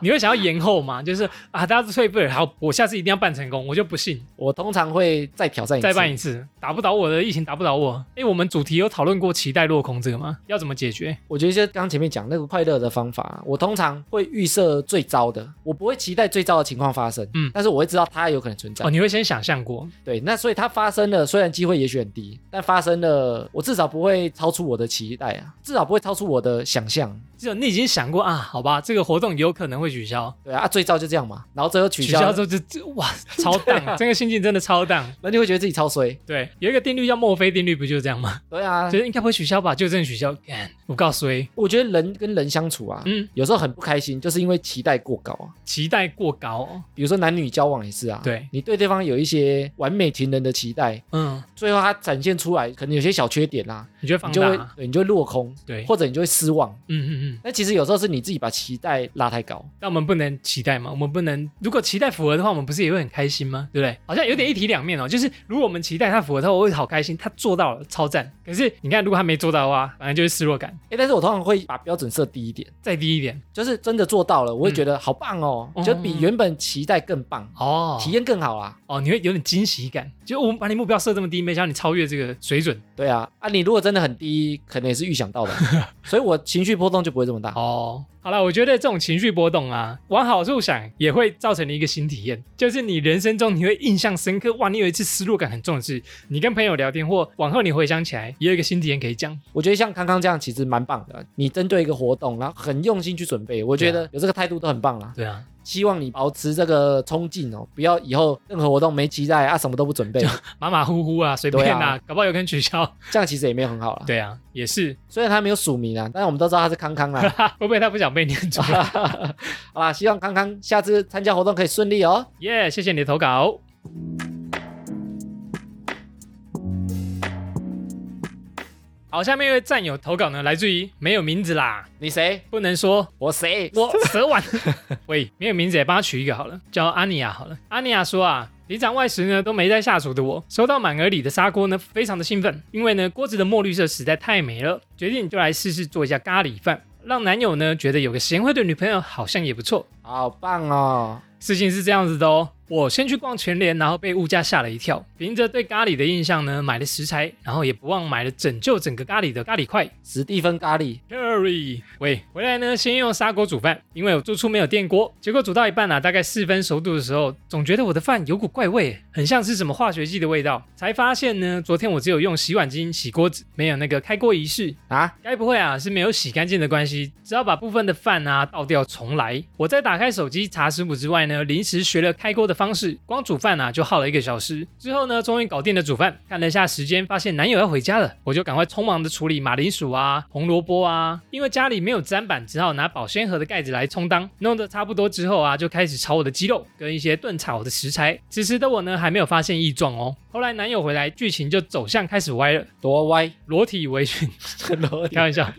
[SPEAKER 1] 你会想要延后吗？就是啊，大家都退费了，好，我下次一定要办成功，我就不信
[SPEAKER 2] 我通常会再挑战一次，
[SPEAKER 1] 再办一次，打不倒我的疫情打不倒我。哎，我们主题有讨论过期待落空这个吗？要怎么解决？
[SPEAKER 2] 我觉得就刚前面讲那个快乐的方法，我通常会预设最糟的，我不会期待最糟的情况发生，
[SPEAKER 1] 嗯
[SPEAKER 2] 但是我会知道它有可能存在。
[SPEAKER 1] 哦，你会先想象过，
[SPEAKER 2] 对，那所以它发生了，虽然机会也许很低，但发生了，我至少不会超出我的期待啊，至少不会超出我的想象。
[SPEAKER 1] 就你已经想过啊，好吧，这个活动有可能会取消，
[SPEAKER 2] 对啊，啊最糟就这样嘛，然后最后取
[SPEAKER 1] 取
[SPEAKER 2] 消，啊
[SPEAKER 1] 消之后就就
[SPEAKER 2] [LAUGHS]
[SPEAKER 1] 哇，超荡，这个心境真的超荡。
[SPEAKER 2] 那就会觉得自己超衰。
[SPEAKER 1] 对，有一个定律叫墨菲定律，不就是这样吗？
[SPEAKER 2] 对啊，
[SPEAKER 1] 就是应该不会取消吧，就真的取消。干，我告诉你，
[SPEAKER 2] 我觉得人跟人相处啊，
[SPEAKER 1] 嗯，
[SPEAKER 2] 有时候很不开心，就是因为期待过高啊。
[SPEAKER 1] 期待过高、哦，
[SPEAKER 2] 比如说男女交往也是啊，
[SPEAKER 1] 对
[SPEAKER 2] 你对对方有一些完美情人的期待，
[SPEAKER 1] 嗯，
[SPEAKER 2] 最后他展现出来可能有些小缺点啦、
[SPEAKER 1] 你就会
[SPEAKER 2] 你
[SPEAKER 1] 放
[SPEAKER 2] 就会
[SPEAKER 1] 大，
[SPEAKER 2] 对你就会落空，
[SPEAKER 1] 对，嗯
[SPEAKER 2] 或者你就会失望。
[SPEAKER 1] 嗯嗯。
[SPEAKER 2] 那其实有时候是你自己把期待拉太高，
[SPEAKER 1] 但我们不能期待嘛，我们不能，如果期待符合的话，我们不是也会很开心吗？对不对？好像有点一体两
[SPEAKER 2] 嗯
[SPEAKER 1] 面哦，就是如果我们期待他符合的话，我会好开心，他做到了，超赞。可是你看，如果他没做到的话，反正就是失落感。
[SPEAKER 2] 哎，但是我通常会把标准设低一点，
[SPEAKER 1] 再低一点
[SPEAKER 2] 就是真的做到了，我会觉得好棒哦，
[SPEAKER 1] 嗯
[SPEAKER 2] 就比原本期待更棒，
[SPEAKER 1] 哦，
[SPEAKER 2] 体验更好啊。
[SPEAKER 1] 哦，你会有点惊喜感，就我们把你目标设这么低，没想到你超越这个水准。
[SPEAKER 2] 对啊，啊，你如果真的很低，可能也是预想到
[SPEAKER 1] [LAUGHS]
[SPEAKER 2] 的，所以我情绪波动就不会这么大。
[SPEAKER 1] 哦，好了，我觉得这种情绪波动啊，往好处想也会造成你一个新体验，就是你人生中你会印象深刻，哇，你有一次失落感很重的事，你跟朋友聊天或往后你回想起来，也有一个新体验可以讲。
[SPEAKER 2] 我觉得像康康这样其实蛮棒的，你针对一个活动，然后很用心去准备，我觉
[SPEAKER 1] 啊
[SPEAKER 2] 得有这个态度都很棒啦。
[SPEAKER 1] 对啊，
[SPEAKER 2] 希望你保持这个冲劲哦，不要以后任何活动没期待啊，什么都不准备，
[SPEAKER 1] 马马虎虎啊，随便
[SPEAKER 2] 对
[SPEAKER 1] 啊，搞不好有可能取消。
[SPEAKER 2] [LAUGHS] 这样其实也没有很好啦。
[SPEAKER 1] 对啊， [LAUGHS] 也是，
[SPEAKER 2] 虽然他没有署名啊，但是我们都知道他是康康
[SPEAKER 1] [LAUGHS]
[SPEAKER 2] 啦。 [LAUGHS]
[SPEAKER 1] 哈会不会他不想被念出 [LAUGHS] 来？
[SPEAKER 2] 好啦，希望康康下次参加活动可以顺利哦。
[SPEAKER 1] 耶、谢谢你的投稿。好，下面一位战友投稿呢，来自于没有名字啦，
[SPEAKER 2] 你谁？
[SPEAKER 1] 不能说，
[SPEAKER 2] 我谁？
[SPEAKER 1] 我 [LAUGHS] 蛇丸，喂，没有名字也帮他取一个好了，叫阿尼亚好了。阿尼亚说啊。里长外食呢都没在下厨的我，收到满额里的砂锅呢，非常的兴奋，因为呢锅子的墨绿色实在太美了，决定就来试试做一下咖喱饭，让男友呢觉得有个贤惠的女朋友好像也不错。
[SPEAKER 2] 好棒哦！
[SPEAKER 1] 事情是这样子的哦，我先去逛全联，然后被物价吓了一跳。凭着对咖喱的印象呢，买了食材，然后也不忘买了拯救整个咖喱的咖喱块。
[SPEAKER 2] 史蒂芬咖喱，
[SPEAKER 1] Curry，喂，回来呢，先用砂锅煮饭，因为我住处没有电锅。结果煮到一半啊，大概四分熟度的时候，总觉得我的饭有股怪味，很像是什么化学剂的味道。才发现呢，昨天我只有用洗碗巾洗锅子，没有那个开锅仪式。
[SPEAKER 2] 啊，
[SPEAKER 1] 该不会啊是没有洗干净的关系，只要把部分的饭啊倒掉重来。我在打开手机查食谱之外呢，临时学了开锅的方式，光煮饭啊就耗了一个小时。之后呢，终于搞定了煮饭，看了一下时间，发现男友要回家了，我就赶快匆忙的处理马铃薯啊、红萝卜啊，因为家里没有砧板，只好拿保鲜盒的盖子来充当。弄得差不多之后啊，就开始炒我的鸡肉跟一些炖炒的食材。此时的我呢，还没有发现异状哦。后来男友回来，剧情就走向开始歪了，
[SPEAKER 2] 多歪， [LAUGHS]
[SPEAKER 1] 裸体围 [LAUGHS] 裙，
[SPEAKER 2] 裸体
[SPEAKER 1] 开玩笑，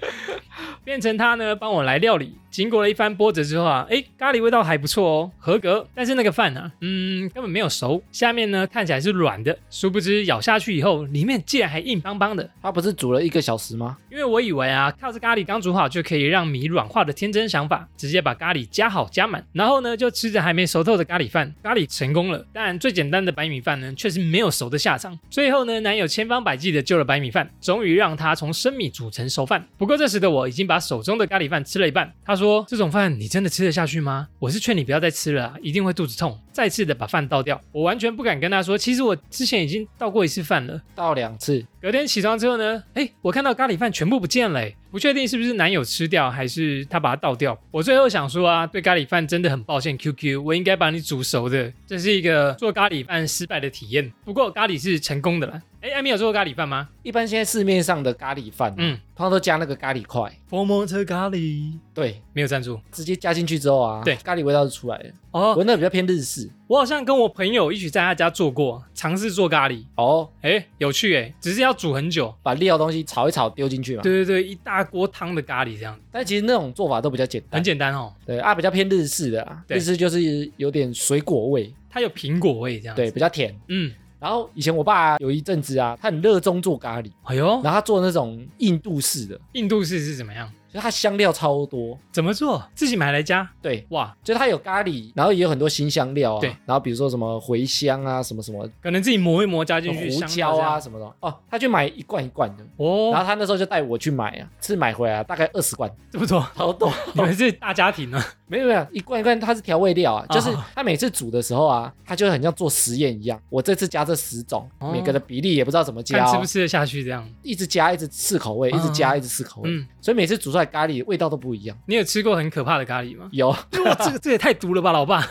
[SPEAKER 1] 变成他呢帮我来料理。经过了一番波折之后啊，哎，咖喱味道还不错哦，合格。但是那个饭啊，嗯，根本没有熟，下面呢看起来是软的，殊不知咬下去以后，里面竟然还硬邦邦的。
[SPEAKER 2] 他不是煮了一个小时吗？
[SPEAKER 1] 因为我以为啊，靠着咖喱刚煮好就可以让米软化的天真想法，直接把咖喱加好加满，然后呢就吃着还没熟透的咖喱饭，咖喱成功了。但最简单的白米饭呢，确实没有熟的下场。最后呢，男友千方百计的救了白米饭，终于让他从生米煮成熟饭。不过这时的我已经把手中的咖喱饭吃了一半，他说：“这种饭你真的吃得下去吗？”我是劝你不要再吃了、啊，一定会肚子痛。再次的把饭倒掉，我完全不敢跟他说，其实我之前已经倒过一次饭了。
[SPEAKER 2] 倒两次，
[SPEAKER 1] 隔天起床之后呢，哎，我看到咖喱饭全部不见了，哎，不确定是不是男友吃掉，还是他把它倒掉。我最后想说啊，对咖喱饭真的很抱歉，QQ，我应该把你煮熟的。这是一个做咖喱饭失败的体验，不过咖喱是成功的啦。哎，艾米有做过咖喱饭吗？
[SPEAKER 2] 一般现在市面上的咖喱饭，嗯，
[SPEAKER 1] 嗯，
[SPEAKER 2] 通常都加那个咖喱块，
[SPEAKER 1] 佛摩特咖喱
[SPEAKER 2] 对，
[SPEAKER 1] 没有赞助
[SPEAKER 2] 直接加进去之后啊，
[SPEAKER 1] 对
[SPEAKER 2] 咖喱味道就出来了。
[SPEAKER 1] 哦。
[SPEAKER 2] 我那比较偏日式
[SPEAKER 1] 我好像跟我朋友一起在他家做过，尝试做咖喱，
[SPEAKER 2] 哦，
[SPEAKER 1] 哎，有趣哎，只是要煮很久。
[SPEAKER 2] 把料东西炒一炒丢进去嘛。
[SPEAKER 1] 对对对，一大锅汤的咖喱这样，
[SPEAKER 2] 但其实那种做法都比较简单
[SPEAKER 1] 很，简单哦。
[SPEAKER 2] 对啊，比较偏日式的啊，
[SPEAKER 1] 对
[SPEAKER 2] 日式就是有点水果味，
[SPEAKER 1] 它有苹果味这样。
[SPEAKER 2] 对，，比较甜。
[SPEAKER 1] 嗯，
[SPEAKER 2] 然后以前我爸有一阵子啊，他很热衷做咖喱，
[SPEAKER 1] 哎呦，
[SPEAKER 2] 然后他做那种印度式的，
[SPEAKER 1] 印度式是怎么样？
[SPEAKER 2] 所以他香料超多。
[SPEAKER 1] 怎么
[SPEAKER 2] 哦
[SPEAKER 1] 做？自己买来加？
[SPEAKER 2] 对，
[SPEAKER 1] 哇，
[SPEAKER 2] 就它有咖喱，然后也有很多新香料啊。
[SPEAKER 1] 对
[SPEAKER 2] 然后比如说什么茴香啊，什么什么
[SPEAKER 1] 可能自己磨一磨加进去，
[SPEAKER 2] 胡
[SPEAKER 1] 香
[SPEAKER 2] 椒
[SPEAKER 1] 料这
[SPEAKER 2] 啊
[SPEAKER 1] 样。
[SPEAKER 2] 什么的。哦，他去买一罐一罐的。然
[SPEAKER 1] 哦，
[SPEAKER 2] 后他那时候就带我去买啊，是买回来、啊、大概二十罐，
[SPEAKER 1] 这么
[SPEAKER 2] [LAUGHS]
[SPEAKER 1] 多，
[SPEAKER 2] 好多。
[SPEAKER 1] 你们是大家庭呢？
[SPEAKER 2] 没有没有，一罐一罐它是调味料啊，
[SPEAKER 1] 哦
[SPEAKER 2] 就是他每次煮的时候啊，他就很像做实验一样。我这次加这十种，
[SPEAKER 1] 哦
[SPEAKER 2] 每个的比例也不知道怎么加、
[SPEAKER 1] 看吃
[SPEAKER 2] 哦
[SPEAKER 1] 不，吃得下去这样。
[SPEAKER 2] 一直加一直试口味，
[SPEAKER 1] 嗯
[SPEAKER 2] 一直加一直试口味，
[SPEAKER 1] 嗯，
[SPEAKER 2] 所以每次煮出来咖喱味道都不一样。？
[SPEAKER 1] 你有吃过很可怕的咖喱吗
[SPEAKER 2] 有， [LAUGHS]
[SPEAKER 1] 哇，这个这也太毒了吧，老爸！ [LAUGHS]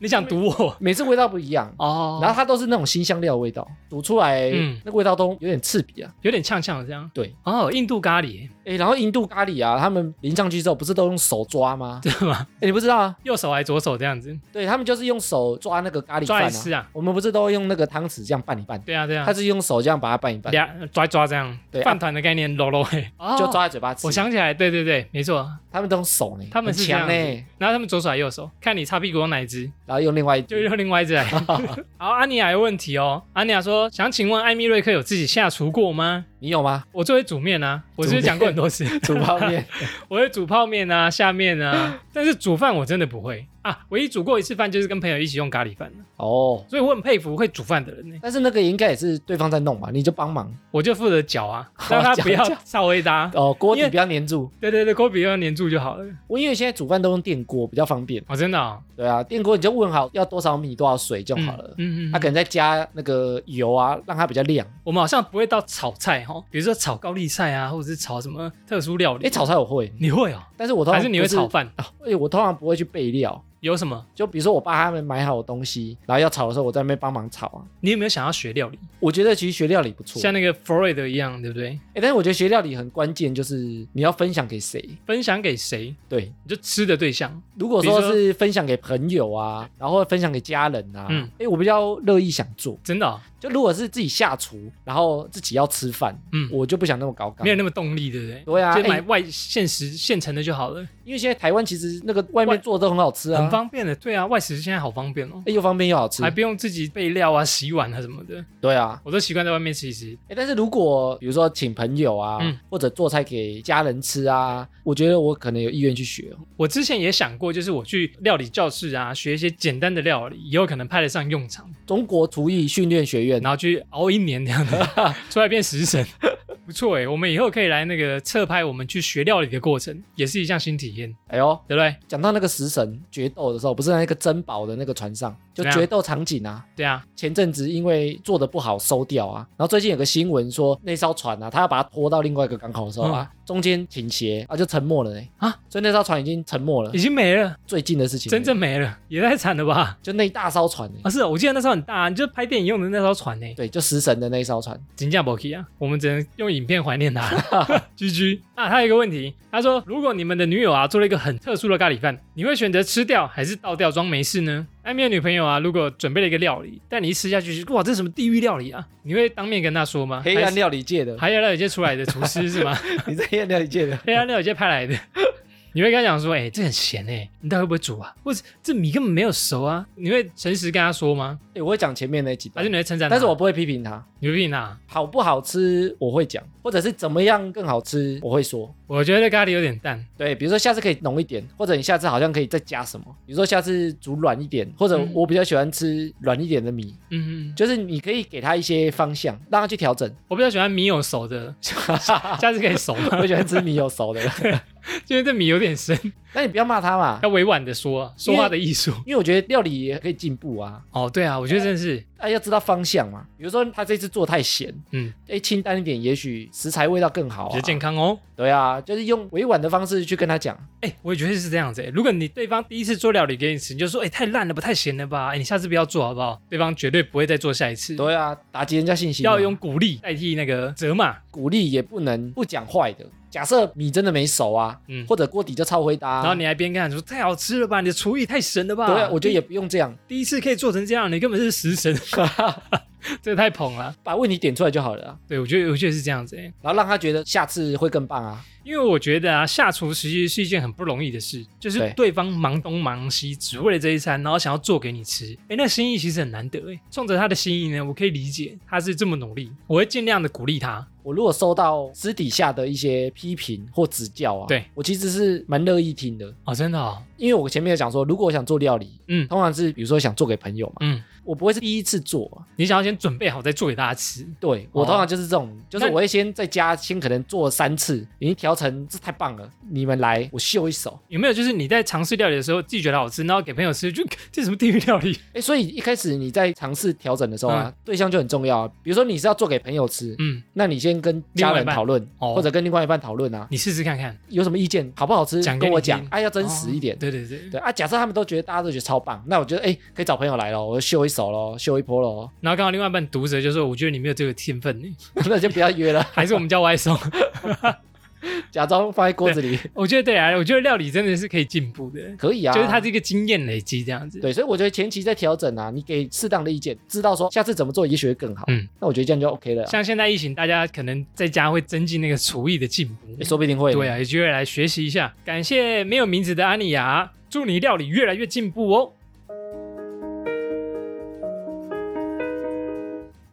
[SPEAKER 1] 你想毒
[SPEAKER 2] [LAUGHS]
[SPEAKER 1] 我？
[SPEAKER 2] 每次味道不一样。
[SPEAKER 1] 哦，
[SPEAKER 2] 然后它都是那种新香料的味道，煮出来、
[SPEAKER 1] 嗯
[SPEAKER 2] 那个味道都有点刺鼻啊。
[SPEAKER 1] 有点呛呛的这样。
[SPEAKER 2] 对，
[SPEAKER 1] 哦，印度咖喱，
[SPEAKER 2] 哎，然后印度咖喱啊，他们淋上去之后不是都用手抓吗？
[SPEAKER 1] 对吗？
[SPEAKER 2] 哎，你不知道啊？
[SPEAKER 1] 右手还左手这样子
[SPEAKER 2] 对他们就是用手抓那个咖喱
[SPEAKER 1] 抓
[SPEAKER 2] 饭
[SPEAKER 1] 来
[SPEAKER 2] 啊。
[SPEAKER 1] 吃啊？
[SPEAKER 2] 我们不是都用那个汤匙这样拌一拌，
[SPEAKER 1] 对啊，对啊
[SPEAKER 2] 他，是用手这样把它拌一拌，
[SPEAKER 1] 俩抓一抓这样，
[SPEAKER 2] 对啊
[SPEAKER 1] 饭团的概念，揉揉嘿。哦
[SPEAKER 2] 就。抓在嘴巴吃。
[SPEAKER 1] 我想起来，对对对，没错，
[SPEAKER 2] 他们都用手呢，
[SPEAKER 1] 他们是
[SPEAKER 2] 很
[SPEAKER 1] 这样
[SPEAKER 2] 强
[SPEAKER 1] 子
[SPEAKER 2] 呢，
[SPEAKER 1] 然后他们左手还右手，看你擦屁股用哪一只，
[SPEAKER 2] 然后用另外一
[SPEAKER 1] 就用另外一只来。
[SPEAKER 2] [LAUGHS]
[SPEAKER 1] 好，安妮亚有问题哦。安妮亚说：“想请问艾米瑞克有自己下厨过吗
[SPEAKER 2] 你
[SPEAKER 1] [LAUGHS]
[SPEAKER 2] 有吗？？”
[SPEAKER 1] 我作为煮面啊，我是不是讲过很多次，
[SPEAKER 2] 煮泡面
[SPEAKER 1] [LAUGHS] 我会煮泡面啊、下面
[SPEAKER 2] [LAUGHS]
[SPEAKER 1] 啊，但是煮饭我真的不会啊。唯一煮过一次饭就是跟朋友一起用咖喱饭，啊
[SPEAKER 2] 哦，
[SPEAKER 1] 所以我很佩服会煮饭的人呢。
[SPEAKER 2] 但是那个也应该也是对方在弄嘛，你就帮忙
[SPEAKER 1] 我就负责搅啊，让他不要
[SPEAKER 2] 搅
[SPEAKER 1] 稍微搭。
[SPEAKER 2] 哦，锅
[SPEAKER 1] 因
[SPEAKER 2] 底
[SPEAKER 1] 为
[SPEAKER 2] 不要粘住。
[SPEAKER 1] 对对对，锅比要粘住就好了。
[SPEAKER 2] 我因为现在煮饭都用电锅比较方便，
[SPEAKER 1] 哦，真的哦，
[SPEAKER 2] 对啊，电锅你就问好要多少米多少水就好了。
[SPEAKER 1] 嗯嗯嗯
[SPEAKER 2] 他可能再加那个油啊，让它比较亮。
[SPEAKER 1] 我们好像不会到炒菜哈、哦，比如说炒高丽菜啊，或者是炒什么特殊料理。
[SPEAKER 2] 哎，炒菜我会，
[SPEAKER 1] 你会哦，
[SPEAKER 2] 但是我通常
[SPEAKER 1] 还是你会
[SPEAKER 2] 不
[SPEAKER 1] 炒
[SPEAKER 2] [LAUGHS]
[SPEAKER 1] 饭？
[SPEAKER 2] 哎，我通常不会去备料。
[SPEAKER 1] 有什么？
[SPEAKER 2] 就比如说我爸他们买好东西，然后要炒的时候，我在那边帮忙炒啊。
[SPEAKER 1] 你有没有想要学料理？
[SPEAKER 2] 我觉得其实学料理不错，
[SPEAKER 1] 像那个 Freud 一样，对不对？
[SPEAKER 2] 哎，但是我觉得学料理很关键，就是你要分享给谁。
[SPEAKER 1] 分享给谁，
[SPEAKER 2] 对，
[SPEAKER 1] 你就吃的对象。
[SPEAKER 2] 如果
[SPEAKER 1] 比如
[SPEAKER 2] 说
[SPEAKER 1] 说
[SPEAKER 2] 是分享给朋友啊，然后分享给家人啊，
[SPEAKER 1] 嗯
[SPEAKER 2] 嗯，哎，我比较乐意想做。
[SPEAKER 1] 真的哦、
[SPEAKER 2] 就如果是自己下厨，然后自己要吃饭，
[SPEAKER 1] 嗯，
[SPEAKER 2] 我就不想那么高杠
[SPEAKER 1] 没。有那么动力，对不对？
[SPEAKER 2] 对啊，
[SPEAKER 1] 就买
[SPEAKER 2] 哎，
[SPEAKER 1] 外现实现成的就好了，
[SPEAKER 2] 因为现在台湾其实那个外面做的都很好吃啊，
[SPEAKER 1] 很方便的。对啊，外食现在好方便哦，
[SPEAKER 2] 哎，又方便又好吃
[SPEAKER 1] 还。不用自己备料啊、洗碗啊什么的，
[SPEAKER 2] 对啊，
[SPEAKER 1] 我都习惯在外面吃一吃。
[SPEAKER 2] 哎，但是如果比如说请朋友啊，
[SPEAKER 1] 嗯
[SPEAKER 2] 或者做菜给家人吃啊，我觉得我可能有意愿去学哦。
[SPEAKER 1] 我之前也想过，就是我去料理教室啊，学一些简单的料理，以后可能派得上用场，
[SPEAKER 2] 中国厨艺训练学院，
[SPEAKER 1] 然后去熬一年这样
[SPEAKER 2] [LAUGHS]
[SPEAKER 1] 子，出来变食神。不错哎，我们以后可以来那个侧拍我们去学料理的过程，也是一项新体验，
[SPEAKER 2] 哎呦，
[SPEAKER 1] 对不对？
[SPEAKER 2] 讲到那个食神决斗的时候，不是在那个珍宝的那个船上就
[SPEAKER 1] 怎样
[SPEAKER 2] 决斗场景啊。
[SPEAKER 1] 对啊，
[SPEAKER 2] 前阵子因为做的不好收掉啊，然后最近有个新闻说那艘船啊，他要把它拖到另外一个港口的时候啊，中间倾斜啊，就沉没了嘞、
[SPEAKER 1] 嗯啊！
[SPEAKER 2] 所以那艘船已经沉没了
[SPEAKER 1] 已，经没了，
[SPEAKER 2] 最近的事情而已，
[SPEAKER 1] 真正没了，也太惨了吧！
[SPEAKER 2] 就那一大艘船、欸
[SPEAKER 1] 啊，是哦我记得那艘很大、啊，你就拍电影用的那艘船呢、欸，
[SPEAKER 2] 对，就食神的那一艘船，
[SPEAKER 1] 金价 b o k 啊，我们只能用影片怀念
[SPEAKER 2] [LAUGHS]
[SPEAKER 1] 它。居居啊，他有一个问题，他说如果你们的女友啊做了一个很特殊的咖喱饭，你会选择吃掉还是倒掉装没事呢？暧昧的女朋友啊，如果准备了一个料理，但你一吃下去，哇，这是什么地狱料理啊？你会当面跟她说吗？
[SPEAKER 2] 黑暗料理界的，
[SPEAKER 1] 还有料理界出来的厨师是吗？
[SPEAKER 2] [LAUGHS] 你在黑暗料理
[SPEAKER 1] [LAUGHS]
[SPEAKER 2] 界的，
[SPEAKER 1] 黑暗料理界派来的。你会跟他讲说，哎、这很咸哎、你到底会不会煮啊？或者这米根本没有熟啊？你会诚实跟他说吗？
[SPEAKER 2] 欸我会讲前面那几
[SPEAKER 1] 还
[SPEAKER 2] 段
[SPEAKER 1] 是，你会啊称赞他？
[SPEAKER 2] 但是我不会批评他，
[SPEAKER 1] 你会批评他？
[SPEAKER 2] 好不好吃我会讲，或者是怎么样更好吃我会说。
[SPEAKER 1] 我觉得这咖喱有点淡，
[SPEAKER 2] 对，比如说下次可以浓一点，或者你下次好像可以再加什么，比如说下次煮软一点，或者
[SPEAKER 1] 嗯
[SPEAKER 2] 我比较喜欢吃软一点的米，
[SPEAKER 1] 嗯嗯，
[SPEAKER 2] 就是你可以给他一些方向，让他去调整。 [LAUGHS]
[SPEAKER 1] 我比较喜欢米有熟的， [LAUGHS] 下次可以熟吗？ [LAUGHS]
[SPEAKER 2] 我喜欢吃米有熟的， [LAUGHS]
[SPEAKER 1] 因为这米有点深，
[SPEAKER 2] 那你不要骂他嘛，
[SPEAKER 1] 要委婉的说啊，说话的艺术。
[SPEAKER 2] 因为我觉得料理也可以进步啊，
[SPEAKER 1] 哦，对啊，我觉得真的是，
[SPEAKER 2] 啊要知道方向嘛。比如说他这次做太咸，
[SPEAKER 1] 嗯，
[SPEAKER 2] 哎清淡一点，也许食材味道更好、
[SPEAKER 1] 比
[SPEAKER 2] 啊
[SPEAKER 1] 较。健康哦。
[SPEAKER 2] 对啊，就是用委婉的方式去跟他讲，
[SPEAKER 1] 哎、我也觉得是这样子、哎如果你对方第一次做料理给你吃，你就说，哎、太烂了吧，太咸了吧，哎、你下次不要做好不好？对方绝对不会再做下一次。
[SPEAKER 2] 对啊，打击人家信心嘛，
[SPEAKER 1] 要用鼓励代替那个责骂，
[SPEAKER 2] 鼓励，也不能不讲坏的。假设米真的没熟啊，
[SPEAKER 1] 嗯，
[SPEAKER 2] 或者锅底就超灰搭、
[SPEAKER 1] 然后你还边看说太好吃了吧，你的厨艺太神了吧？
[SPEAKER 2] 啊对啊，我觉得也
[SPEAKER 1] 第
[SPEAKER 2] 不用这样，
[SPEAKER 1] 第一次可以做成这样，你根本是食神，
[SPEAKER 2] [LAUGHS]
[SPEAKER 1] 这个太捧了。
[SPEAKER 2] 把问题点出来就好了啊、
[SPEAKER 1] 对，我觉得我觉得是这样子、欸，
[SPEAKER 2] 然后让他觉得下次会更棒啊。
[SPEAKER 1] 因为我觉得啊，下厨其实是一件很不容易的事，就是
[SPEAKER 2] 对
[SPEAKER 1] 对方忙东忙西，只为了这一餐，然后想要做给你吃，哎，那心意其实很难得哎。冲着他的心意呢，我可以理解他是这么努力，我会尽量的鼓励他。
[SPEAKER 2] 我如果收到私底下的一些批评或指教啊，
[SPEAKER 1] 对
[SPEAKER 2] 我其实是蛮乐意听的，
[SPEAKER 1] 哦，真的哦，
[SPEAKER 2] 因为我前面有讲说，如果我想做料理，
[SPEAKER 1] 嗯
[SPEAKER 2] 通常是比如说想做给朋友嘛，
[SPEAKER 1] 嗯，
[SPEAKER 2] 我不会是第一次做啊，
[SPEAKER 1] 你想要先准备好再做给大家吃，
[SPEAKER 2] 对我
[SPEAKER 1] 哦
[SPEAKER 2] 通常就是这种，就是
[SPEAKER 1] 那
[SPEAKER 2] 我会先在家先可能做三次，已经调成这太棒了，你们来我秀一手。
[SPEAKER 1] 有没有？就是你在尝试料理的时候，自己觉得好吃，然后给朋友吃，就 [LAUGHS] 这什么地狱料理？
[SPEAKER 2] 哎，所以一开始你在尝试调整的时候啊，对象就很重要啊。比如说你是要做给朋友吃，
[SPEAKER 1] 嗯，
[SPEAKER 2] 那你先跟
[SPEAKER 1] 另
[SPEAKER 2] 家
[SPEAKER 1] 外一
[SPEAKER 2] 人
[SPEAKER 1] 半
[SPEAKER 2] 讨论，
[SPEAKER 1] 哦
[SPEAKER 2] 或者跟另外一半讨论啊，
[SPEAKER 1] 你试试看看，
[SPEAKER 2] 有什么意见好不好吃
[SPEAKER 1] 讲给
[SPEAKER 2] 跟我
[SPEAKER 1] 你
[SPEAKER 2] 讲
[SPEAKER 1] 听，
[SPEAKER 2] 啊，要真实一点。
[SPEAKER 1] 哦对对对，
[SPEAKER 2] 对啊，假设他们都觉得大家都觉得超棒，那我觉得哎、诶可以找朋友来咯，我就秀一手咯，秀一波咯， [LAUGHS]
[SPEAKER 1] 然后刚好另外一半读者就说：“我觉得你没有这个天分 [LAUGHS] 呢，
[SPEAKER 2] 那就不要约了， [LAUGHS]
[SPEAKER 1] 还是我们叫外送。
[SPEAKER 2] 假装放在锅子里”
[SPEAKER 1] 我觉得对啊，我觉得料理真的是可以进步的，
[SPEAKER 2] 可以啊，
[SPEAKER 1] 就是它这个经验累积这样子。
[SPEAKER 2] 对，啊所以我觉得前期在调整啊，你给适当的意见，知道说下次怎么做，也许会更好。
[SPEAKER 1] 嗯
[SPEAKER 2] 嗯，那我觉得这样就 OK 了啊，
[SPEAKER 1] 像现在疫情，大家可能在家会增进那个厨艺的进步
[SPEAKER 2] 诶。说不定会。
[SPEAKER 1] 对，啊，有机会来学习一下。感谢没有名字的安妮亚，祝你料理越来越进步哦。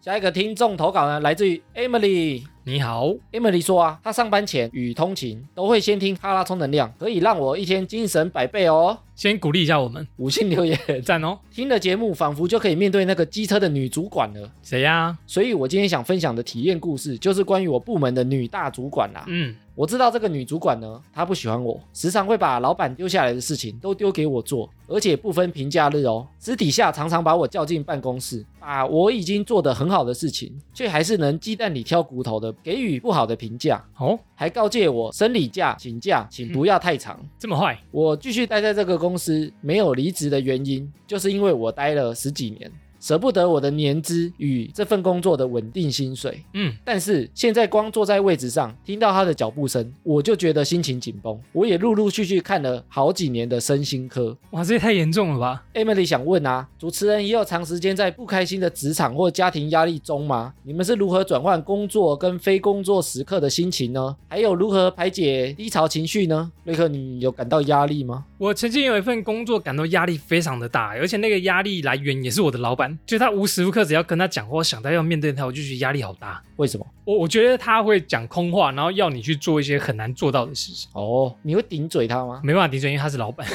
[SPEAKER 2] 下一个听众投稿呢，来自于 Emily。
[SPEAKER 1] 你好，
[SPEAKER 2] Emily 说啊，她上班前与通勤都会先听哈拉充能量，可以让我一天精神百倍哦。
[SPEAKER 1] 先鼓励一下我们，
[SPEAKER 2] 五星留言，
[SPEAKER 1] 赞哦。
[SPEAKER 2] 听了节目仿佛就可以面对那个机车的女主管了。
[SPEAKER 1] 谁呀、
[SPEAKER 2] 所以我今天想分享的体验故事，就是关于我部门的女大主管啦、
[SPEAKER 1] 嗯，
[SPEAKER 2] 我知道这个女主管呢，她不喜欢我，时常会把老板丢下来的事情都丢给我做，而且不分平假日哦。私底下常常把我叫进办公室，把我已经做得很好的事情，却还是能鸡蛋里挑骨头的给予不好的评价，
[SPEAKER 1] 哦，
[SPEAKER 2] 还告诫我生理假请假，请不要太长。
[SPEAKER 1] 这么坏，
[SPEAKER 2] 我继续待在这个公司没有离职的原因，就是因为我待了十几年，舍不得我的年资与这份工作的稳定薪水。
[SPEAKER 1] 嗯，
[SPEAKER 2] 但是现在光坐在位置上，听到他的脚步声，我就觉得心情紧绷。我也陆陆续续看了好几年的身心科。
[SPEAKER 1] 哇，这也太严重了吧？
[SPEAKER 2] Emily 想问啊，主持人也有长时间在不开心的职场或家庭压力中吗？你们是如何转换工作跟非工作时刻的心情呢？还有如何排解低潮情绪呢？瑞克，你有感到压力吗？
[SPEAKER 1] 我曾经有一份工作感到压力非常的大，而且那个压力来源也是我的老板，就是他无时无刻只要跟他讲话，我想到要面对他，我就觉得压力好大。
[SPEAKER 2] 为什么？
[SPEAKER 1] 我我觉得他会讲空话，然后要你去做一些很难做到的事情，
[SPEAKER 2] 哦，你会顶嘴他吗？
[SPEAKER 1] 没办法抵嘴，因为他是老
[SPEAKER 2] [LAUGHS]
[SPEAKER 1] 板，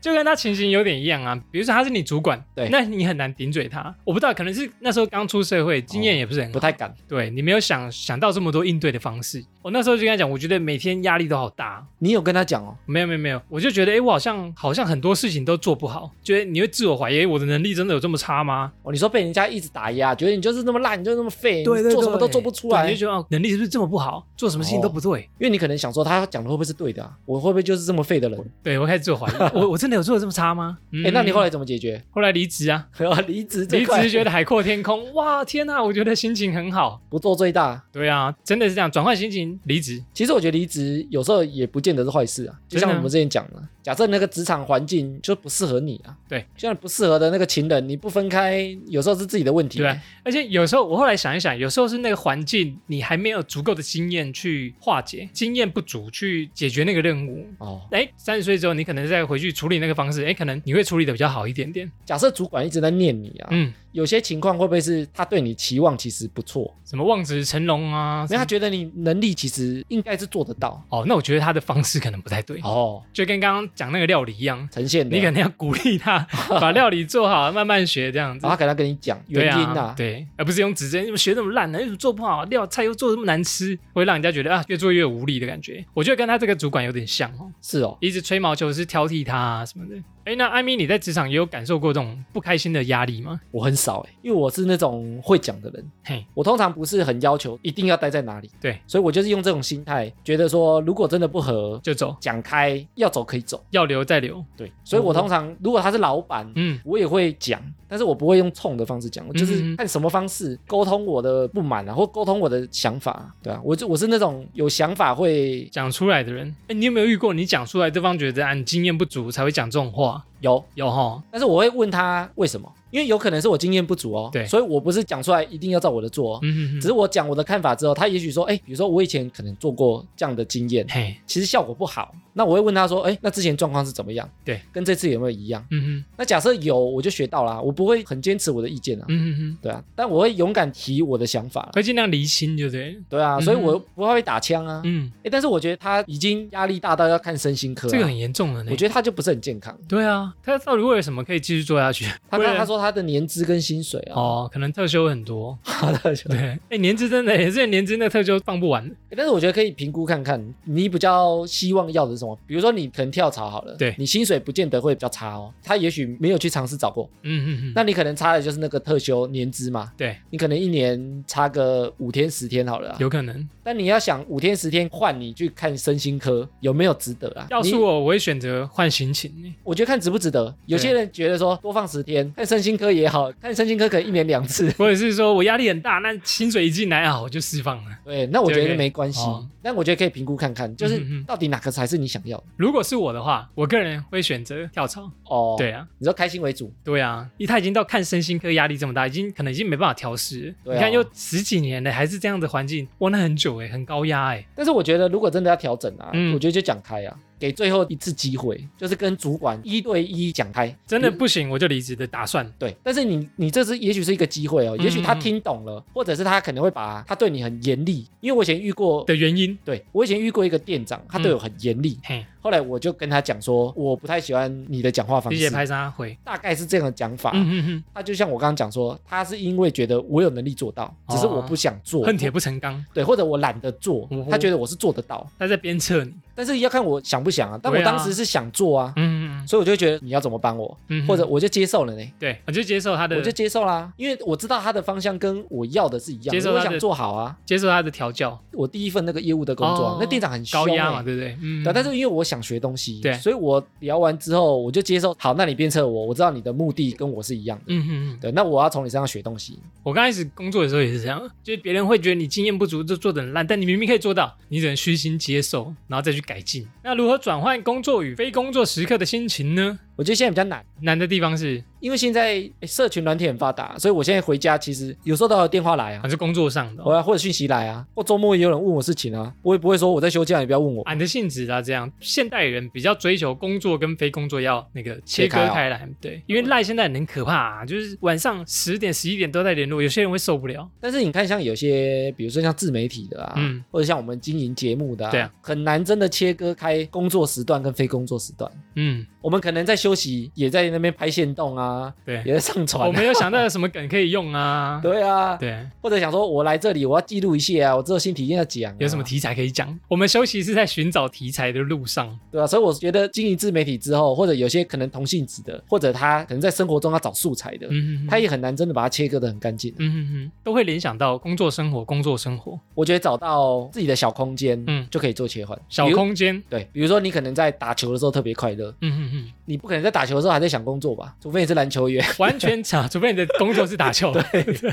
[SPEAKER 1] 就跟他情形有点一样啊。比如说他是你主管，
[SPEAKER 2] 对
[SPEAKER 1] 那你很难顶嘴他。我不知道，可能是那时候刚出社会，经验也不是很好，
[SPEAKER 2] 不太敢。
[SPEAKER 1] 对你没有想想到这么多应对的方式。我那时候就跟他讲，我觉得每天压力都好大，
[SPEAKER 2] 你有跟他讲哦？
[SPEAKER 1] 没有没有没有，我就觉得，哎，我好像好像很多事情都做不好，觉得你会自我怀疑，诶我的能力真的有这么差吗？
[SPEAKER 2] 哦，你说被人家一直打压，觉得你就是那么烂，你就是那么废，你
[SPEAKER 1] 对对，
[SPEAKER 2] 做什么都做不出来
[SPEAKER 1] 对你就觉得哦能力是不是这么不好，做什么事情都不对。
[SPEAKER 2] 因为你可能想说他讲的会不会是对的啊？我会不会就是这么废的人？
[SPEAKER 1] 对我开始做怀疑， [LAUGHS] 我我真的有做的这么差吗？嗯
[SPEAKER 2] 哎、那你后来怎么解决？
[SPEAKER 1] 后来离职啊，
[SPEAKER 2] 离职
[SPEAKER 1] [LAUGHS]
[SPEAKER 2] 这
[SPEAKER 1] 离
[SPEAKER 2] 块，
[SPEAKER 1] 职觉得海阔天空，哇天呐，我觉得心情很好。
[SPEAKER 2] 不做最大。
[SPEAKER 1] 对啊，真的是这样，转换心情离职。
[SPEAKER 2] 其实我觉得离职有时候也不见得是坏事啊，就像
[SPEAKER 1] 真的
[SPEAKER 2] 我们之前讲的，假设那个职场环境就不适合你啊，
[SPEAKER 1] 对，
[SPEAKER 2] 像不适合的那个情人，你不分开，有时候是自己的问题。
[SPEAKER 1] 对啊而且有时候我后来想一想，有时候是那个环境你还没有足够的经验去化解，经验不足去解决那个任务。
[SPEAKER 2] 哦，
[SPEAKER 1] 哎，三十岁之后你可能再回去处理那个方式，哎，可能你会处理的比较好一点点。
[SPEAKER 2] 假设主管一直在念你啊，
[SPEAKER 1] 嗯，
[SPEAKER 2] 有些情况会不会是他对你期望其实不错，
[SPEAKER 1] 什么望子成龙啊，
[SPEAKER 2] 因为
[SPEAKER 1] 什
[SPEAKER 2] 他
[SPEAKER 1] 么
[SPEAKER 2] 觉得你能力其实应该是做得到。
[SPEAKER 1] 哦，那我觉得他的方式可能不太对，
[SPEAKER 2] 哦，啊
[SPEAKER 1] 就跟刚刚讲那个料理一样，
[SPEAKER 2] 呈现的，
[SPEAKER 1] 嗯你可能要鼓励他把料理做好，慢慢学这样子
[SPEAKER 2] 然后。他可能跟你讲
[SPEAKER 1] 对
[SPEAKER 2] 啊原因
[SPEAKER 1] 啊，对，而不是用指针，你们学那么烂呢、你怎么做不好？料菜又做得那么难吃，会让人家觉得啊，越做越无力的感觉。我觉得跟他这个主管有点像哦，
[SPEAKER 2] 是哦，
[SPEAKER 1] 一直吹毛求疵、挑剔他、啊、什么的。哎，那艾米，你在职场也有感受过这种不开心的压力吗？
[SPEAKER 2] 我很少哎、因为我是那种会讲的人，
[SPEAKER 1] 嘿，
[SPEAKER 2] 我通常不是很要求一定要待在哪里，
[SPEAKER 1] 对，
[SPEAKER 2] 所以我就是用这种心态，觉得说如果真的不合，
[SPEAKER 1] 就走，
[SPEAKER 2] 讲开，要走可以走，
[SPEAKER 1] 要留再留。
[SPEAKER 2] 对，所以我通常如果他是老板。
[SPEAKER 1] 嗯，
[SPEAKER 2] 我也会讲，但是我不会用冲的方式讲，我
[SPEAKER 1] 嗯
[SPEAKER 2] 就
[SPEAKER 1] 嗯
[SPEAKER 2] 是
[SPEAKER 1] 嗯
[SPEAKER 2] 看什么方式沟通我的不满啊，或沟通我的想法啊，对啊，我就我是那种有想法会
[SPEAKER 1] 讲出来的人，哎，你有没有遇过你讲出来，对方觉得啊你经验不足才会讲这种话？
[SPEAKER 2] 有，
[SPEAKER 1] 有哈，
[SPEAKER 2] 但是我会问他为什么，因为有可能是我经验不足哦，
[SPEAKER 1] 对
[SPEAKER 2] 所以我不是讲出来一定要照我的做、哦，
[SPEAKER 1] 嗯，
[SPEAKER 2] 只是我讲我的看法之后，他也许说，哎，比如说我以前可能做过这样的经
[SPEAKER 1] [LAUGHS]
[SPEAKER 2] 验，
[SPEAKER 1] 嘿，
[SPEAKER 2] 其实效果不好，那我会问他说，哎，那之前状况是怎么样？
[SPEAKER 1] 对，
[SPEAKER 2] 跟这次有没有一样？
[SPEAKER 1] 嗯
[SPEAKER 2] 那假设有，我就学到啦，我不会很坚持我的意见啊
[SPEAKER 1] 哼，，嗯哼哼，
[SPEAKER 2] 对啊，但我会勇敢提我的想法啦，
[SPEAKER 1] 会尽量离心，就对了。
[SPEAKER 2] 对啊，所以我不会被打枪啊，
[SPEAKER 1] 嗯，
[SPEAKER 2] 哎，但是我觉得他已经压力大到要看身心科啊，
[SPEAKER 1] 这个很欸严重的呢。
[SPEAKER 2] 我觉得他就不是很健康。
[SPEAKER 1] 对啊，他到底为了什么可以继续做下去？
[SPEAKER 2] 他
[SPEAKER 1] 为
[SPEAKER 2] 他
[SPEAKER 1] 了
[SPEAKER 2] 他说他的年资跟薪水啊，
[SPEAKER 1] 哦，可能特休很多。
[SPEAKER 2] [LAUGHS] 他的就
[SPEAKER 1] 对， [LAUGHS] 哎、年资真的，也是年资那特休放不完。
[SPEAKER 2] 欸但是我觉得可以评估看看，你比较希望要的是什么？比如说你可能跳槽好了，
[SPEAKER 1] 对
[SPEAKER 2] 你薪水不见得会比较差哦，他也许没有去尝试找过，
[SPEAKER 1] 嗯嗯嗯，
[SPEAKER 2] 那你可能差的就是那个特休年资嘛，
[SPEAKER 1] 对，
[SPEAKER 2] 你可能一年差个五天十天好了啊、
[SPEAKER 1] 有可能。
[SPEAKER 2] 但你要想五天十天换你去看身心科有没有值得啊？
[SPEAKER 1] 要是
[SPEAKER 2] 你
[SPEAKER 1] 我，我会选择换心情。
[SPEAKER 2] 我觉得看值不值得，有些人觉得说多放十天看身心科也好看身心科可能一年两次，
[SPEAKER 1] 或者是说我压力很大，那薪水一进来啊，我就释放了。
[SPEAKER 2] 对，那我觉得没关系
[SPEAKER 1] 哦，
[SPEAKER 2] 但我觉得可以评估看看，就是
[SPEAKER 1] 嗯嗯嗯
[SPEAKER 2] 到底哪个才是你想要的
[SPEAKER 1] 如果是我的话，我个人会选择跳槽。
[SPEAKER 2] 哦。
[SPEAKER 1] 对，啊，
[SPEAKER 2] 你说开心为主，
[SPEAKER 1] 对啊，因为他已经到看身心科压力这么大，已经可能已经没办法调试了。
[SPEAKER 2] 对啊
[SPEAKER 1] 你看，又十几年了，还是这样的环境，哇，那很久哎、很高压哎、
[SPEAKER 2] 但是我觉得，如果真的要调整啊，
[SPEAKER 1] 嗯
[SPEAKER 2] 我觉得就讲开啊，给最后一次机会，就是跟主管一对一讲开。
[SPEAKER 1] 真的不行，我就离职的打算。
[SPEAKER 2] 对，但是你你这是也许是一个机会哦，
[SPEAKER 1] 嗯
[SPEAKER 2] 也许他听懂了，或者是他可能会把他对你很严厉，因为我以前遇过，
[SPEAKER 1] 的原因，
[SPEAKER 2] 对我以前遇过一个店长，他对我很严厉，
[SPEAKER 1] 嘿，
[SPEAKER 2] 后来我就跟他讲说，我不太喜欢你的讲话方
[SPEAKER 1] 理解
[SPEAKER 2] 式，
[SPEAKER 1] 拍杀回，
[SPEAKER 2] 大概是这样的讲法。
[SPEAKER 1] 嗯嗯嗯，
[SPEAKER 2] 他就像我刚刚讲说，他是因为觉得我有能力做到，只是
[SPEAKER 1] 哦
[SPEAKER 2] 我不想做，
[SPEAKER 1] 恨铁不成钢，
[SPEAKER 2] 对，或者我懒得做
[SPEAKER 1] 嗯，哼
[SPEAKER 2] 他觉得我是做得到，
[SPEAKER 1] 他在鞭策你，
[SPEAKER 2] 但是要看我想不想啊。但我
[SPEAKER 1] 对啊
[SPEAKER 2] 当时是想做啊，
[SPEAKER 1] 嗯嗯
[SPEAKER 2] 所以我就觉得你要怎么帮我，
[SPEAKER 1] 嗯，
[SPEAKER 2] 或者我就接受了呢，
[SPEAKER 1] 对，我就接受他的，
[SPEAKER 2] 我就接受啦，因为我知道他的方向跟我要的是一样，
[SPEAKER 1] 接受
[SPEAKER 2] 我
[SPEAKER 1] 他的
[SPEAKER 2] 想做好啊。
[SPEAKER 1] 接受他的调教，
[SPEAKER 2] 我第一份那个业务的工作啊，
[SPEAKER 1] 哦
[SPEAKER 2] 那店长很凶
[SPEAKER 1] 高压嘛，
[SPEAKER 2] 欸
[SPEAKER 1] 对不对？嗯，
[SPEAKER 2] 对，但是因为我想学东西，
[SPEAKER 1] 对
[SPEAKER 2] 所以我聊完之后，我就接受。好，那你鞭策我，我知道你的目的跟我是一样的。
[SPEAKER 1] 嗯嗯嗯，
[SPEAKER 2] 对，那我要从你身上学东西。
[SPEAKER 1] 我刚开始工作的时候也是这样，就是别人会觉得你经验不足，就做的很烂，但你明明可以做到，你只能虚心接受，然后再去改进。那如何转换工作与非工作时刻的心情呢？
[SPEAKER 2] 我觉得现在比较难，
[SPEAKER 1] 难的地方是
[SPEAKER 2] 因为现在诶社群软体很发达，所以我现在回家其实有时候都有电话来啊
[SPEAKER 1] 还，是工作上的哦、
[SPEAKER 2] 我要或者讯息来啊，或周末也有人问我事情啊，我也不会说我在休假，你不要问我。
[SPEAKER 1] 俺的性质啊，这样现代人比较追求工作跟非工作要那个切割
[SPEAKER 2] 切开哦
[SPEAKER 1] 开来，对，因为赖现在很可怕、啊，就是晚上十点十一点都在联络，有些人会受不了。
[SPEAKER 2] 但是你看，像有些，比如说像自媒体的啊，
[SPEAKER 1] 嗯
[SPEAKER 2] 或者像我们经营节目的、
[SPEAKER 1] 对啊，
[SPEAKER 2] 很难真的切割开工作时段跟非工作时段。
[SPEAKER 1] 嗯，
[SPEAKER 2] 我们可能在休息，也在那边拍线动啊，
[SPEAKER 1] 对，
[SPEAKER 2] 也在上传、啊。。
[SPEAKER 1] 我没有想到有什么梗可以用啊
[SPEAKER 2] [LAUGHS] 对啊，
[SPEAKER 1] 对，
[SPEAKER 2] 或者想说我来这里，我要记录一些啊，我这新体验要讲啊、
[SPEAKER 1] 有什么题材可以讲？我们休息是在寻找题材的路上。
[SPEAKER 2] 对啊，所以我觉得经营自媒体之后，或者有些可能同性质的，或者他可能在生活中要找素材的，
[SPEAKER 1] 嗯，
[SPEAKER 2] 他也很难真的把它切割的很干净。啊
[SPEAKER 1] 嗯哼哼，都会联想到工作生活，工作生活，
[SPEAKER 2] 我觉得找到自己的小空间，
[SPEAKER 1] 嗯
[SPEAKER 2] 就可以做切换。
[SPEAKER 1] 小
[SPEAKER 2] 比如
[SPEAKER 1] 空间。
[SPEAKER 2] 对，比如说你可能在打球的时候特别快乐，
[SPEAKER 1] 嗯哼哼。
[SPEAKER 2] 你不可能在打球的时候还在想工作吧？除非你是篮球员， [LAUGHS]
[SPEAKER 1] 完全 [LAUGHS] 差，除非你的工作是打球，对，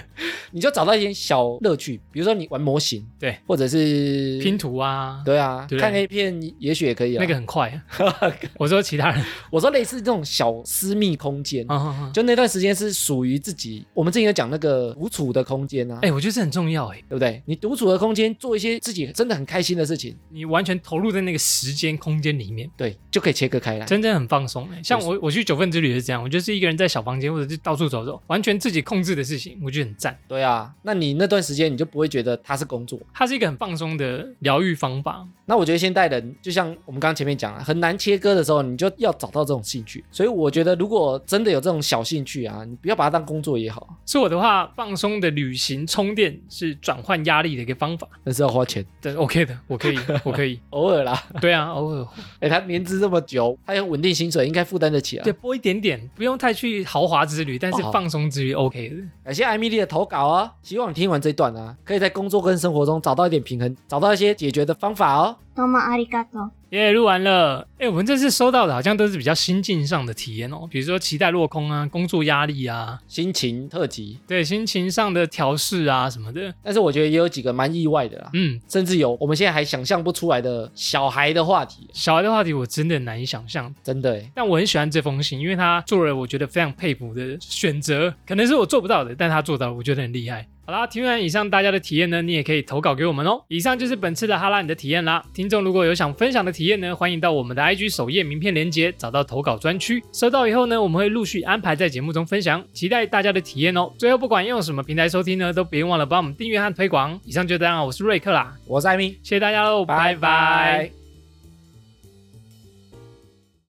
[SPEAKER 2] 你就找到一些小乐趣，比如说你玩模型，
[SPEAKER 1] 对，
[SPEAKER 2] 或者是
[SPEAKER 1] 拼。图啊，
[SPEAKER 2] 对啊，
[SPEAKER 1] 对
[SPEAKER 2] 看 A 片也许也可以啊。
[SPEAKER 1] 那个很快啊。我说其 [LAUGHS] 他人，
[SPEAKER 2] [LAUGHS] 我说类似这种小私密空间，
[SPEAKER 1] 啊啊啊
[SPEAKER 2] 就那段时间是属于自己。我们之前有讲那个独处的空间啊，
[SPEAKER 1] 哎，我觉得这很重要哎，
[SPEAKER 2] 对不对？你独处的空间做一些自己真的很开心的事情，
[SPEAKER 1] 你完全投入在那个时间空间里面，
[SPEAKER 2] 对，就可以切割开来。
[SPEAKER 1] 真的很放松哎。像我，我去九份之旅也是这样，我就是一个人在小房间或者是到处走走，完全自己控制的事情，我觉得很赞。
[SPEAKER 2] 对啊，那你那段时间你就不会觉得它是工作。
[SPEAKER 1] 它是一个很放松的疗愈方法，
[SPEAKER 2] 那我觉得现代人就像我们刚刚前面讲了，很难切割的时候，你就要找到这种兴趣。所以我觉得，如果真的有这种小兴趣啊，你不要把它当工作也好，
[SPEAKER 1] 是我的话，放松的旅行充电是转换压力的一个方法。
[SPEAKER 2] 但是要花钱，
[SPEAKER 1] 对，OK 的，我
[SPEAKER 2] [LAUGHS]
[SPEAKER 1] 可以，我可以。
[SPEAKER 2] 偶尔啦。
[SPEAKER 1] 对啊，偶尔
[SPEAKER 2] 哎、他年资这么久，他有稳定薪水，应该负担得起啊。
[SPEAKER 1] 对，拨一点点，不用太去豪华之旅，但是
[SPEAKER 2] 哦好
[SPEAKER 1] 放松之旅 OK 的。
[SPEAKER 2] 感谢艾米丽的投稿哦，希望你听完这段啊，可以在工作跟生活中找到一点平衡，找到一些解决的方法哦。
[SPEAKER 3] どうもありがとう。
[SPEAKER 1] 耶，录完了。哎，我们这次收到的好像都是比较心境上的体验哦，比如说期待落空啊，工作压力啊，
[SPEAKER 2] 心情特辑，
[SPEAKER 1] 对，心情上的调试啊什么的。
[SPEAKER 2] 但是我觉得也有几个蛮意外的啦，
[SPEAKER 1] 嗯，
[SPEAKER 2] 甚至有我们现在还想象不出来的小孩的话题，
[SPEAKER 1] 小孩的话题我真的难以想象，
[SPEAKER 2] 真的哎，
[SPEAKER 1] 但我很喜欢这封信，因为他做了我觉得非常佩服的选择，可能是我做不到的，但他做到了，我觉得很厉害。好啦，听完以上大家的体验呢，你也可以投稿给我们哦。以上就是本次的哈拉你的体验啦。听众如果有想分享的体验呢，欢迎到我们的 IG 首页名片连接找到投稿专区，收到以后呢，我们会陆续安排在节目中分享，期待大家的体验哦。最后，不管用什么平台收听呢，都别忘了帮我们订阅和推广。以上就这样，我是瑞克啦，
[SPEAKER 2] 我是艾米，
[SPEAKER 1] 谢谢大家喽，拜拜